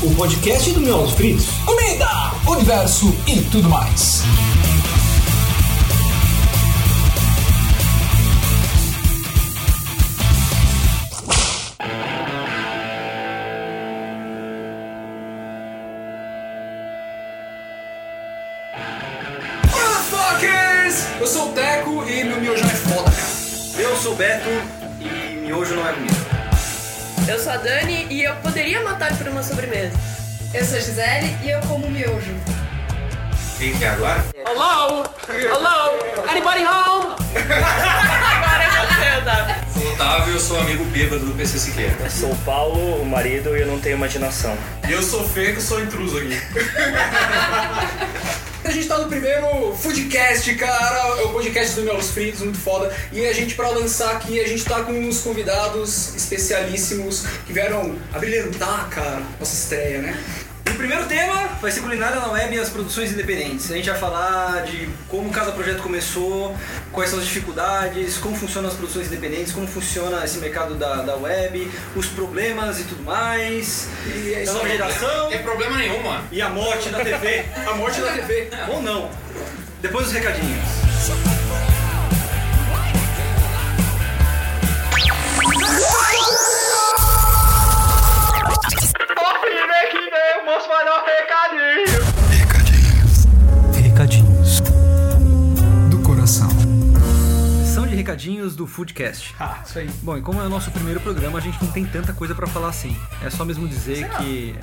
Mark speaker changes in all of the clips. Speaker 1: do podcast e do Miolos Fritos.
Speaker 2: Comida, universo e tudo mais. Olá, fuckers! Eu sou o Teco e meu miojão é foda, cara.
Speaker 3: Eu sou o Beto e miojo não é comida.
Speaker 4: Eu sou a Dani e eu poderia matar por uma sobremesa.
Speaker 5: Eu sou a Gisele e eu como miojo.
Speaker 3: Quem quer agora?
Speaker 4: Hello? Hello? Anybody home? Agora é você, Davi.
Speaker 3: Sou o Otávio, eu
Speaker 2: um
Speaker 3: sou amigo bêbado do PC Siqueira.
Speaker 6: Sou o Paulo, o marido, e eu não tenho imaginação.
Speaker 3: E eu sou feio que sou intruso aqui.
Speaker 2: A gente tá no primeiro Foodcast, cara, é o podcast do Melos Fritos, muito foda. E a gente, pra lançar aqui, a gente tá com uns convidados especialíssimos que vieram abrilhantar, cara, nossa estreia, né?
Speaker 7: O primeiro tema vai ser culinária na web e as produções independentes. A gente vai falar de como cada projeto começou, quais são as dificuldades, como funcionam as produções independentes, como funciona esse mercado da, da web, os problemas e tudo mais,
Speaker 2: E é
Speaker 7: a
Speaker 2: isso
Speaker 7: nova
Speaker 2: aí.
Speaker 7: geração
Speaker 3: Não tem problema nenhum, mano.
Speaker 7: e a morte da TV.
Speaker 2: A morte da TV.
Speaker 7: Ou não. Depois os recadinhos.
Speaker 1: Recadinhos.
Speaker 2: Do coração.
Speaker 7: São de recadinhos do Foodcast.
Speaker 2: Ah, isso aí.
Speaker 7: Bom, e como é o nosso primeiro programa, a gente não tem tanta coisa pra falar assim. É só mesmo dizer que.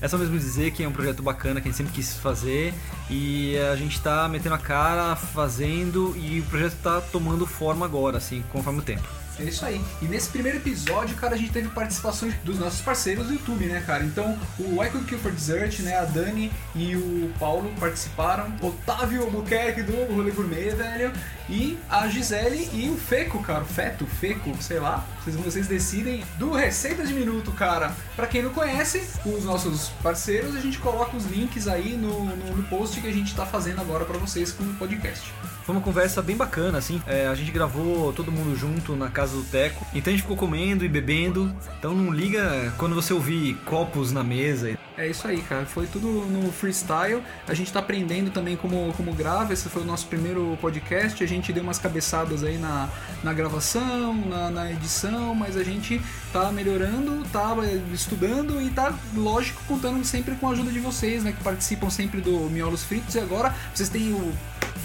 Speaker 7: é só mesmo dizer que é um projeto bacana que a gente sempre quis fazer e a gente tá metendo a cara, fazendo e o projeto tá tomando forma agora, assim, conforme o tempo.
Speaker 2: É isso aí. E nesse primeiro episódio, cara, a gente teve participações dos nossos parceiros do YouTube, né, cara? Então, o I Could Kill for Dessert, né, a Dani e o Paulo participaram, Otávio Albuquerque do Rolê Gourmet, velho, e a Gisele e o Feco, cara, Feto, Feco, sei lá, vocês, vocês decidem, do Receita de Minuto, cara. Pra quem não conhece, os nossos parceiros, a gente coloca os links aí no, no, no post que a gente tá fazendo agora pra vocês com o podcast.
Speaker 7: Foi uma conversa bem bacana, assim. É, a gente gravou todo mundo junto na casa do Teco. Então a gente ficou comendo e bebendo. Então não liga quando você ouvir copos na mesa. e-
Speaker 2: É isso aí, cara. Foi tudo no freestyle. A gente tá aprendendo também como, como grava. Esse foi o nosso primeiro podcast. A gente deu umas cabeçadas aí na, na gravação, na, na edição, mas a gente tá melhorando, tá eh, estudando e tá, lógico, contando sempre com a ajuda de vocês, né? Que participam sempre do Miolos Fritos. E agora vocês têm o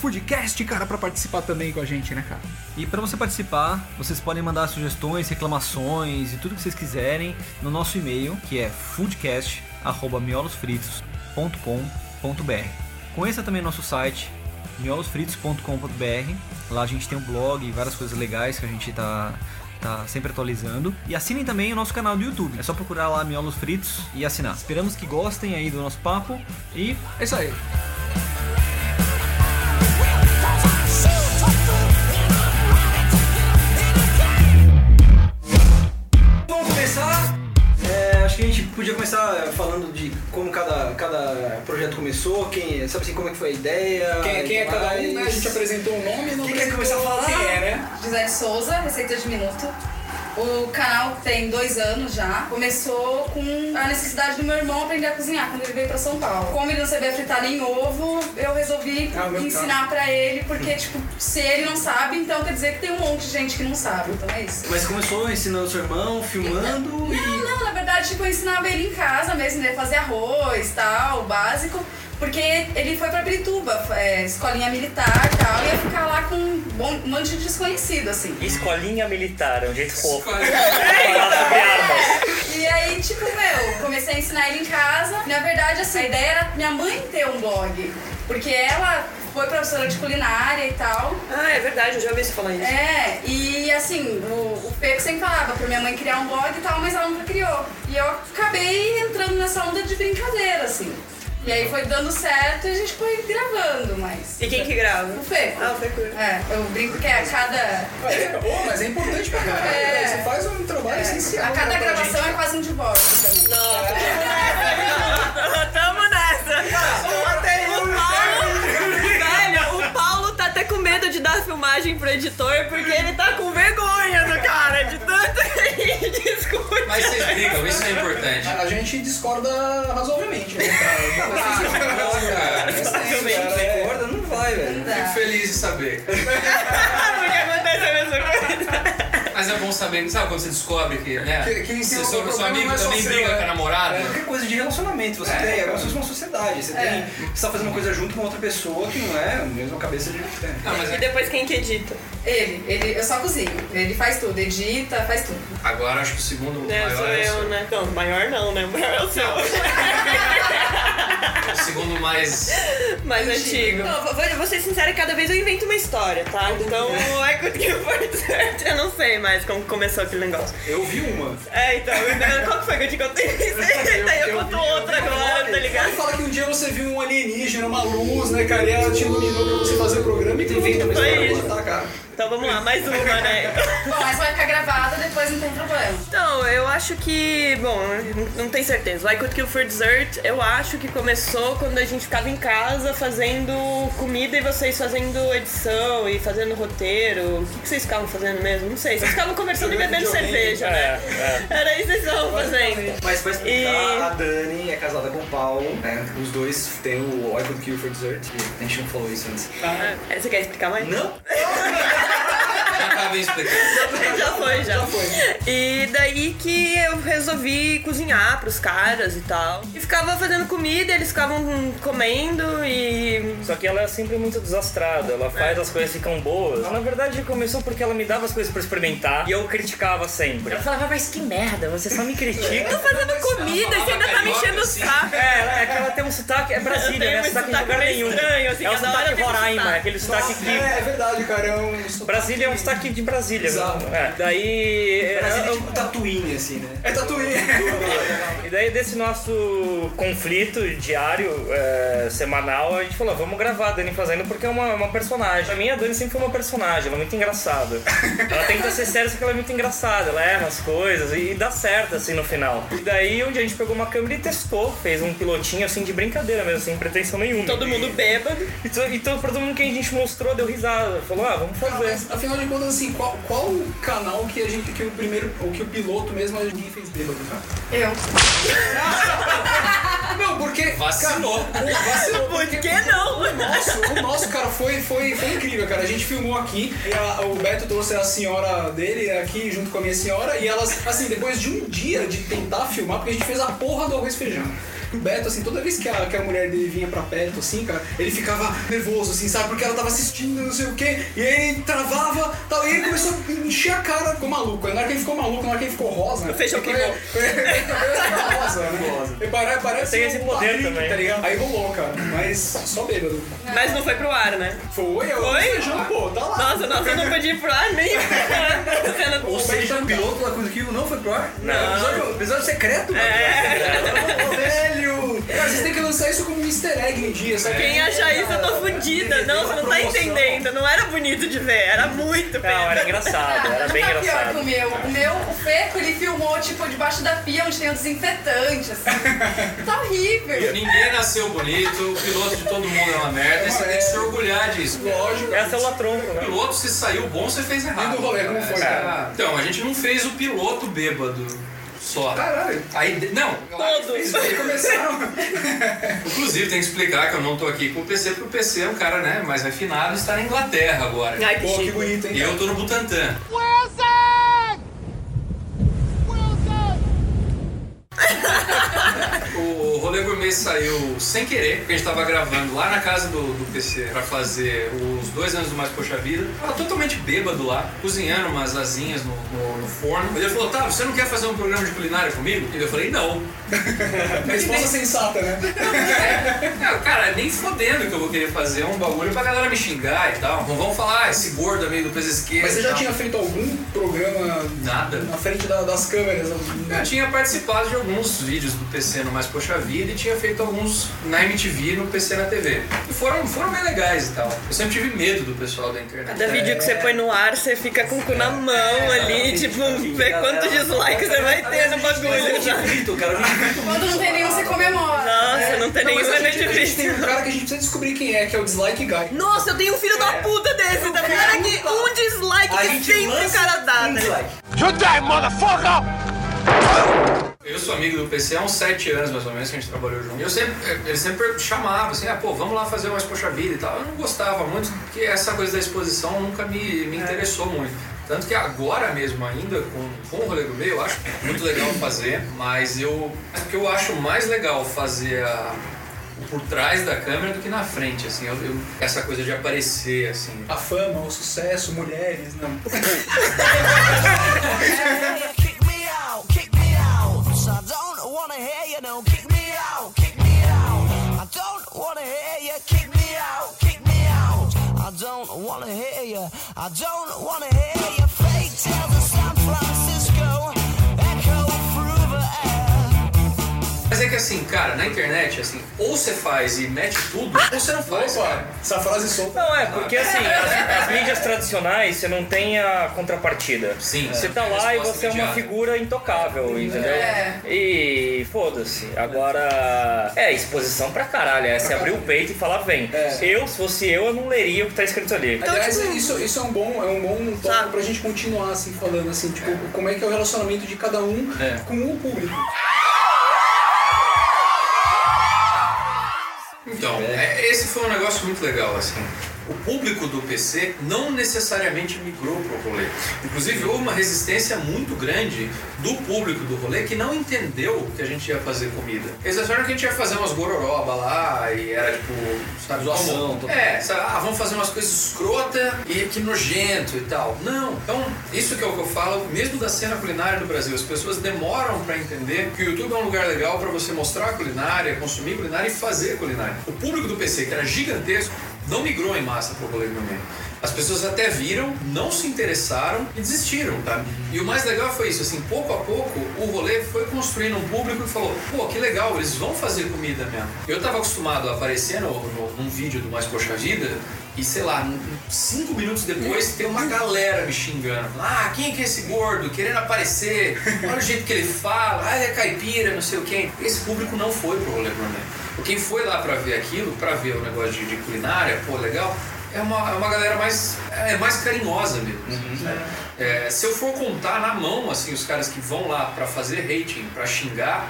Speaker 2: Foodcast, cara, pra participar também com a gente, né, cara?
Speaker 7: E para você participar, vocês podem mandar sugestões, reclamações e tudo que vocês quiserem no nosso e-mail, que é foodcast@miolosfritos.com.br. Conheça também nosso site miolosfritos.com.br. Lá a gente tem um blog e várias coisas legais que a gente tá tá sempre atualizando. E assinem também o nosso canal do YouTube. É só procurar lá Miolos Fritos e assinar. Esperamos que gostem aí do nosso papo e
Speaker 2: É isso aí.
Speaker 7: Vamos começar? É, acho que a gente podia começar falando de como cada, cada projeto começou, quem, sabe assim, como é que foi a ideia.
Speaker 2: é,
Speaker 7: e
Speaker 2: tá
Speaker 7: tudo
Speaker 2: um,
Speaker 7: mais.
Speaker 2: né? apresentou o nome
Speaker 7: Quem quer começar a falar?
Speaker 5: Gisele Souza, Receita de Minuto. O canal tem dois anos já. Começou com a necessidade do meu irmão aprender a cozinhar quando ele veio pra São Paulo. Como ele não sabia fritar nem ovo, eu resolvi
Speaker 2: Ah, o meu
Speaker 5: ensinar pra ele, porque, tipo, se ele não sabe, então quer dizer que tem um monte de gente que não sabe. Então é isso.
Speaker 7: Mas começou ensinando seu irmão, filmando e.
Speaker 5: Não, na verdade, tipo, eu ensinava ele em casa mesmo, né? Fazer arroz, tal, básico. Porque ele foi pra Pirituba, é, escolinha militar e tal, e ia ficar lá com um bom- um monte de desconhecido, assim.
Speaker 6: Escolinha militar, é um jeito fofo. Falar sobre armas.
Speaker 5: E aí, tipo, meu, comecei a ensinar ele em casa. Na verdade, assim, a ideia era minha mãe ter um blog. Porque ela foi professora de culinária e tal.
Speaker 4: Ah, é verdade, eu já ouvi você falar isso.
Speaker 5: É, e assim, o, o Peco sempre falava pra minha mãe criar um blog e tal, mas ela nunca criou. E eu acabei entrando nessa onda de brincadeira, assim. E aí foi dando certo e a gente foi gravando, mas.
Speaker 4: E quem que grava?
Speaker 5: O Peco.
Speaker 4: Ah, o Peco.
Speaker 5: É, eu brinco que a cada.
Speaker 2: mas é importante pra caralho.
Speaker 5: É.
Speaker 2: velho. Você faz um trabalho essencial.
Speaker 5: A
Speaker 2: né,
Speaker 5: cada
Speaker 2: pra
Speaker 5: gravação é quase um divórcio também.
Speaker 4: Tamo nessa. O Paulo, velho, o Paulo tá até com medo de dar mandar filmagem pro editor porque ele tá com vergonha do cara, de tanto que a gente discute.
Speaker 8: Mas vocês brigam, isso é importante.
Speaker 2: A gente discorda razoavelmente, né, cara?
Speaker 8: Não, cara.
Speaker 2: Mas tem,
Speaker 7: Realmente,
Speaker 2: cara,
Speaker 7: Ah, você
Speaker 2: é-
Speaker 7: concorda? Não vai, velho.
Speaker 5: Tá.
Speaker 8: Fico feliz de saber.
Speaker 4: Porque acontece a mesma coisa.
Speaker 8: Mas é bom saber, sabe quando você descobre que, né?
Speaker 2: Que- que
Speaker 8: você
Speaker 2: o
Speaker 8: soube que seu
Speaker 2: problema
Speaker 8: amigo
Speaker 2: não é só
Speaker 8: também
Speaker 2: seu,
Speaker 8: briga
Speaker 2: né?
Speaker 8: com a namorada.
Speaker 7: É Qualquer coisa de relacionamento, você
Speaker 8: É,
Speaker 7: tem,
Speaker 8: cara.
Speaker 7: agora você é uma sociedade, você
Speaker 5: É.
Speaker 7: tem. Você tá fazendo uma coisa junto com outra pessoa que não é a mesma cabeça de. É.
Speaker 8: Não, mas
Speaker 4: E
Speaker 8: é-
Speaker 4: depois quem que edita?
Speaker 5: Ele, ele, eu só cozinho. Ele faz tudo, edita, faz tudo.
Speaker 8: agora acho que o segundo
Speaker 4: Né,
Speaker 8: maior
Speaker 4: sou
Speaker 8: é o
Speaker 4: eu,
Speaker 8: seu.
Speaker 4: né? Não, maior não, né? Maior é o seu.
Speaker 8: O segundo mais.
Speaker 4: Mais antigo. Não, vou, vou ser sincera, que cada vez eu invento uma história, tá? Então, é good que for certo. Eu não sei mais como começou aquele negócio.
Speaker 7: Eu vi uma.
Speaker 4: É, então, então, qual que foi que eu te contei? Aí eu conto outra agora, tá ligado?
Speaker 2: Fala que um dia você viu um alienígena, uma luz, né, cara? E ela te iluminou pra você fazer o programa e tu inventa uma
Speaker 4: Foi
Speaker 2: história.
Speaker 4: isso.
Speaker 7: Tá, cara.
Speaker 4: Então vamos lá, mais uma, né?
Speaker 5: Bom, mas vai ficar gravada, depois não tem problema.
Speaker 4: Então, eu acho que. Bom, não tenho certeza. Like What Kill for Dessert, eu acho que começou quando a gente ficava em casa fazendo comida e vocês fazendo edição e fazendo roteiro. O que, que vocês ficavam fazendo mesmo? Não sei. Vocês ficavam conversando e bebendo cerveja, né?
Speaker 6: É,
Speaker 4: Era isso que vocês estavam fazendo.
Speaker 7: Mas pra explicar,
Speaker 4: E-
Speaker 7: a Dani é casada com o Paulo, né? Os dois têm o I Could Kill for Dessert. e A gente não falou isso antes.
Speaker 4: É, Você quer explicar mais?
Speaker 7: Não?
Speaker 8: Já tá acabei explicando.
Speaker 4: já foi, já. foi. E daí que eu resolvi cozinhar pros caras e tal. E ficava fazendo comida, eles ficavam comendo e.
Speaker 6: Só que ela é sempre muito desastrada, ela faz as coisas ficam boas. Na verdade, começou porque ela me dava as coisas pra experimentar e eu criticava sempre. Ela falava, mas que merda, você só me critica.
Speaker 4: Fazendo comida, você ainda tá me enchendo o saco.
Speaker 6: É, ela- é que ela tem um sotaque, é
Speaker 4: Eu
Speaker 6: Brasília,
Speaker 4: tenho
Speaker 6: né?
Speaker 4: esse
Speaker 6: Sotaque em
Speaker 4: sotaque
Speaker 6: lugar
Speaker 4: meio
Speaker 6: nenhum.
Speaker 4: estranho, assim,
Speaker 6: é um
Speaker 4: cada hora
Speaker 6: sotaque
Speaker 4: tem um
Speaker 6: Roraima,
Speaker 4: sotaque.
Speaker 6: aquele sotaque que.
Speaker 2: É, é verdade, cara. É um...
Speaker 6: Brasília é um sotaque de Brasília. É, daí.
Speaker 7: Mas
Speaker 6: eu-
Speaker 7: ele é tipo Tatooine, assim, né?
Speaker 2: um É tatuinha.
Speaker 6: E daí desse nosso conflito diário, é, semanal, a gente falou, "Ah, vamos gravar a Dani fazendo porque é uma, uma personagem. Pra mim a Dani sempre foi uma personagem, ela é muito engraçada. ela tenta ser séria, só que ela é muito engraçada, ela erra as coisas e, e dá certo assim no final. E daí um dia a gente pegou uma câmera e testou, fez um pilotinho assim de brincadeira mesmo, sem pretensão nenhuma.
Speaker 4: Todo mundo bêbado.
Speaker 6: E, to, e to, pra todo mundo que a gente mostrou deu risada, falou, ah, vamos
Speaker 2: Cara,
Speaker 6: fazer.
Speaker 2: mas, afinal de contas, assim, qual, qual o canal que a gente, que o primeiro, ou que o piloto mesmo, a gente fez bêbado, cara?
Speaker 5: Eu.
Speaker 2: Não, porque...
Speaker 8: Vacilou.
Speaker 2: Cara, o- vacilou.
Speaker 4: Por
Speaker 2: porque-
Speaker 4: que não?
Speaker 2: O nosso, o nosso, cara, foi, foi, foi incrível, cara. A gente filmou aqui, e a- o Beto trouxe a senhora dele aqui junto com a minha senhora, e elas, assim, depois de um dia de tentar filmar, porque a gente fez a porra do arroz e feijão. O Beto, assim, toda vez que a, que a mulher dele vinha pra perto, assim, cara, ele ficava nervoso, assim, sabe? Porque ela tava assistindo, não sei o quê, e aí ele travava, tal, e ele começou a encher a cara, ficou maluco. Na hora que ele ficou maluco, na hora que ele ficou rosa... né?
Speaker 4: feijão
Speaker 2: Ele-
Speaker 4: queimou.
Speaker 2: ele ficou rosa, né? Ele pare- Parece
Speaker 6: Tem esse
Speaker 2: um
Speaker 6: poder
Speaker 2: padrinho,
Speaker 6: também.
Speaker 2: tá ligado? Aí rolou, cara, mas só bêbado.
Speaker 4: Mas não foi pro ar, né?
Speaker 2: Foi, eu
Speaker 4: Foi?
Speaker 2: feijão, pô, tá lá.
Speaker 4: Nossa, nossa, eu não podia ir pro ar nem. Você não-
Speaker 7: Ou seja, o um piloto da Could Kill não foi pro ar?
Speaker 6: Não.
Speaker 7: Episódio, episódio secreto? É. Velho!
Speaker 2: Cara, vocês têm que lançar isso como um easter egg um dia, sabe?
Speaker 4: Quem achar isso, eu tô fudida. Não, você não tá entendendo. Não era bonito de ver, era muito
Speaker 6: Não,
Speaker 4: feio.
Speaker 6: era engraçado, Ah, era
Speaker 5: não
Speaker 6: bem
Speaker 5: tá pior que o
Speaker 6: engraçado.
Speaker 5: meu. O meu, o Feco, ele filmou, tipo, debaixo da pia onde tem o desinfetante, assim. tá horrível.
Speaker 8: Ninguém nasceu bonito, o piloto de todo mundo é uma merda, e você tem que se orgulhar disso.
Speaker 2: Lógico.
Speaker 6: É a célula tronco, né?
Speaker 8: O piloto, se saiu bom, você fez errado.
Speaker 2: E no rolê, como foi,
Speaker 8: Essa-
Speaker 2: cara?
Speaker 8: Então, a gente não fez o piloto bêbado só.
Speaker 2: Caralho.
Speaker 8: Aí, de- não,
Speaker 4: Todos.
Speaker 2: Aí começaram.
Speaker 8: inclusive tem que explicar que eu não tô aqui com o PC, porque o PC é um cara né, mais refinado e está na Inglaterra agora.
Speaker 4: Ai, que
Speaker 2: Pô, que
Speaker 4: chique.
Speaker 2: bonito, hein?
Speaker 8: E eu tô no Butantan. O Rolê Gourmet saiu sem querer, porque a gente tava gravando lá na casa do, do PC pra fazer os dois anos do Mais Poxa Vida. Tava totalmente bêbado lá, cozinhando umas asinhas no, no- no forno. Ele falou, tá, você não quer fazer um programa de culinária comigo? E eu falei, não.
Speaker 4: É.
Speaker 2: Resposta sensata, né?
Speaker 8: Não, cara, nem fodendo que eu vou querer fazer um bagulho pra galera me xingar e tal. Não vão falar, ah, esse gordo meio do peso esquerdo.
Speaker 2: Mas você já
Speaker 8: e tal.
Speaker 2: tinha feito algum programa
Speaker 8: Nada.
Speaker 2: na frente da- das câmeras?
Speaker 8: Eu tinha participado de alguns vídeos do PC no Mais Poxa Vida e tinha feito alguns na MTV, no PC na TV. E foram, foram bem legais e tal. Eu sempre tive medo do pessoal da internet.
Speaker 4: Cada vídeo que você põe no ar, você fica com o cu na mão ali, tipo, vê quantos dislikes você vai ter
Speaker 7: é,
Speaker 4: no
Speaker 2: é
Speaker 4: bagulho. já.
Speaker 7: Grito, cara, eu grito.
Speaker 5: Quando não tem nenhum, você comemora.
Speaker 4: Nossa, não
Speaker 2: Então,
Speaker 4: tem
Speaker 8: Não, mas
Speaker 4: nenhum
Speaker 8: a
Speaker 4: é
Speaker 8: gente, a gente tem
Speaker 4: difícil.
Speaker 8: um cara que a gente precisa descobrir quem é, que é o Dislike Guy.
Speaker 4: Nossa, eu tenho um filho da puta desse, da cara que um dislike
Speaker 7: A
Speaker 4: que
Speaker 7: gente
Speaker 4: sempre o
Speaker 7: lança
Speaker 4: cara dá,
Speaker 7: um
Speaker 4: né?
Speaker 7: dislike.
Speaker 8: Eu sou amigo do PC há uns 7 anos, mais ou menos, que a gente trabalhou junto. Eu sempre, eh, ele sempre chamava, assim, ah, pô, vamos lá fazer mais poxa vida e tal. Eu não gostava muito, porque essa coisa da exposição nunca me, me interessou muito. Tanto que agora mesmo, ainda com, com o rolê do meio, eu acho muito legal fazer, mas eu. Mas o que eu acho mais legal fazer a- o por trás da câmera do que na frente, assim, eu- eu- essa coisa de aparecer, assim.
Speaker 9: A fama, o sucesso, mulheres, não.
Speaker 10: Kick me out, kick me out. I don't wanna hear you, no. Kick me out, kick me out. I don't wanna hear you, kick me out, kick me out. I don't wanna hear you, I don't wanna hear you. Fake tales of San Francisco echo through the air.
Speaker 8: Mas é que assim, cara, na internet, assim, ou você faz e mete tudo, ou você não faz.
Speaker 9: Opa, essa frase solta.
Speaker 6: Não, é, porque assim, as, as mídias tradicionais, você não tem a contrapartida.
Speaker 8: Sim,
Speaker 6: Você
Speaker 8: é.
Speaker 6: tá lá e
Speaker 8: Resposta
Speaker 6: você é uma
Speaker 8: imediata.
Speaker 6: figura intocável, entendeu?
Speaker 5: É.
Speaker 6: E foda-se. Agora, é exposição pra caralho. É você abrir o peito e falar, vem. Eu, se fosse eu, eu não leria o que tá escrito ali.
Speaker 9: Aliás, isso, isso é um bom, é um bom tópico
Speaker 4: Então, tipo, Sabe?
Speaker 9: pra gente continuar assim falando assim, tipo, como é que é o relacionamento de cada um
Speaker 8: É.
Speaker 9: com o público.
Speaker 8: Então, é- esse foi um negócio muito legal, assim. O público do PC não necessariamente migrou pro rolê. Inclusive, houve uma resistência muito grande do público do rolê que não entendeu que a gente ia fazer comida. Eles acharam que a gente ia fazer umas gororoba lá e era tipo, sabe,
Speaker 7: Zoação,
Speaker 8: como- É, sabe, ah, vamos fazer umas coisas escrota e que nojento e tal. Não. Então, isso que é o que eu falo, mesmo da cena culinária do Brasil, as pessoas demoram pra entender que o YouTube é um lugar legal pra você mostrar a culinária, consumir culinária e fazer culinária. O público do PC, que era gigantesco, não migrou em massa pro rolê gourmet. As pessoas até viram, não se interessaram e desistiram, tá? E o mais legal foi isso, assim, pouco a pouco o rolê foi construindo um público que falou, pô, que legal, eles vão fazer comida mesmo. Eu tava acostumado a aparecer no, no- num vídeo do Mais Poxa Vida e, sei lá, n- cinco minutos depois tem uma galera me xingando. Ah, quem que é esse gordo querendo aparecer? Olha o jeito que ele fala, ah, ele é caipira, não sei o quê. Esse público não foi pro rolê gourmet. Quem foi lá pra ver aquilo, pra ver o negócio de, de culinária, pô, legal, é uma, é uma galera mais, é mais carinhosa mesmo. sabe? É, se eu for contar na mão, assim, os caras que vão lá pra fazer hating, pra xingar,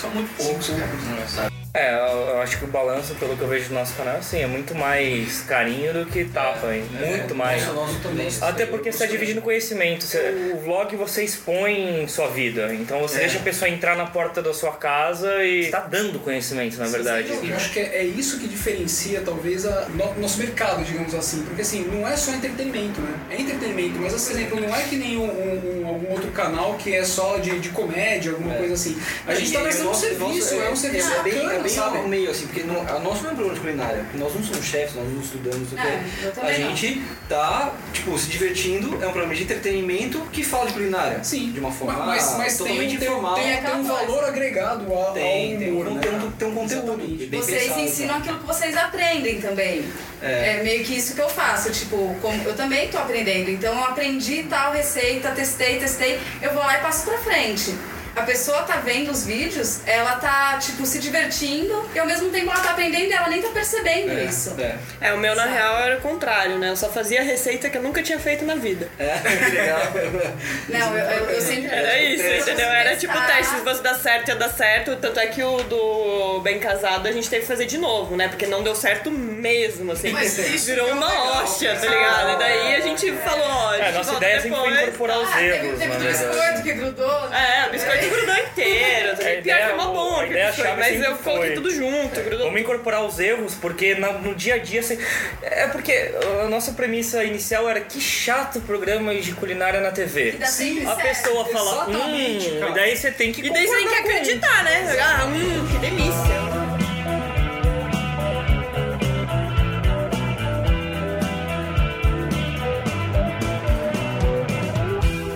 Speaker 8: são muito poucos, cara, sabe?
Speaker 6: É, eu eu acho que o balanço, pelo que eu vejo no nosso canal, assim, é muito mais carinho do que tapa, hein?
Speaker 8: É,
Speaker 6: Muito mais.
Speaker 7: Nossa, nosso também.
Speaker 6: Até porque você está dividindo conhecimento. Você- o vlog você expõe sua vida. Então você deixa a pessoa entrar na porta da sua casa e está tá dando conhecimento, na verdade.
Speaker 9: Eu acho que é, é isso que diferencia talvez a- o no- nosso mercado, digamos assim. Porque assim, não é só entretenimento, né? É entretenimento, mas por exemplo, não é que nem um, um- um- algum outro canal que é só de, de comédia, alguma
Speaker 7: É.
Speaker 9: coisa assim. A gente tá
Speaker 7: E
Speaker 9: prestando um
Speaker 7: é, nosso-
Speaker 9: serviço,
Speaker 7: nosso-
Speaker 9: é um serviço
Speaker 7: é bem,
Speaker 9: bacana,
Speaker 7: é bem
Speaker 9: sabe?
Speaker 7: ao meio, assim, porque não, a nossa não é um problema de culinária, porque nós não somos chefes, nós não estudamos, não sei o
Speaker 5: É,
Speaker 7: quê.
Speaker 5: eu
Speaker 7: a
Speaker 5: também não.
Speaker 7: gente tá, tipo, se divertindo, é um programa de entretenimento que fala de culinária.
Speaker 9: Sim,
Speaker 7: De uma forma
Speaker 9: mas, mas tem, um-
Speaker 7: totalmente
Speaker 9: tem,
Speaker 7: informal.
Speaker 9: tem, tem um
Speaker 5: É Aquela
Speaker 9: valor agregado ao,
Speaker 7: Tem,
Speaker 9: ao
Speaker 7: tem,
Speaker 9: humor,
Speaker 7: um,
Speaker 9: né?
Speaker 7: conteúdo- tem um conteúdo.
Speaker 9: Exatamente.
Speaker 7: bem
Speaker 5: Vocês
Speaker 7: pensado,
Speaker 5: ensinam
Speaker 7: tá?
Speaker 5: aquilo que vocês aprendem também. É. meio que isso que eu faço, tipo, como eu também tô aprendendo. Então eu aprendi tal receita, testei, testei, eu vou lá e passo pra frente. A pessoa tá vendo os vídeos, ela tá, tipo, se divertindo e ao mesmo tempo ela tá aprendendo e ela nem tá percebendo
Speaker 7: É,
Speaker 5: isso.
Speaker 7: É.
Speaker 4: É, o meu na real era o contrário, né? Eu só fazia receita que eu nunca tinha feito na vida.
Speaker 7: É, legal. é
Speaker 5: Não, eu, eu, eu sempre.
Speaker 4: Era É isso, entendeu? Era tipo teste, se fosse dar certo, ia dar certo. Tanto é que o do Bem Casado a gente teve que fazer de novo, né? Porque não deu certo mesmo, assim.
Speaker 8: Mas isso
Speaker 4: Virou
Speaker 8: que é o
Speaker 4: uma
Speaker 8: legal,
Speaker 4: hóstia, tá
Speaker 8: pessoal.
Speaker 4: ligado? E daí a gente falou, ó, a gente
Speaker 6: É, a nossa
Speaker 4: volta
Speaker 6: ideia sempre
Speaker 4: depois.
Speaker 6: foi incorporar os
Speaker 5: Ah, teve,
Speaker 6: erros,
Speaker 5: teve
Speaker 6: na
Speaker 5: um
Speaker 6: verdade.
Speaker 7: assim.
Speaker 5: biscoito que grudou.
Speaker 4: É, o biscoito grudou inteiro.
Speaker 6: A
Speaker 4: Pior
Speaker 6: ideia-
Speaker 4: que é uma
Speaker 6: a
Speaker 4: bomba,
Speaker 6: ideia
Speaker 4: biscoito,
Speaker 6: chave
Speaker 4: mas
Speaker 6: sempre
Speaker 4: eu coloquei
Speaker 6: foi-
Speaker 4: tudo junto, grudou
Speaker 6: Vamos incorporar os erros, porque na- no dia a dia você. É porque a nossa premissa inicial era que chato programa de culinária na TV.
Speaker 5: E dá sempre
Speaker 6: a
Speaker 5: certo.
Speaker 6: pessoa fala, hum, e daí você tem que
Speaker 4: é E daí você tem que
Speaker 6: concordar com-
Speaker 4: acreditar, né? Ah, hum, que delícia.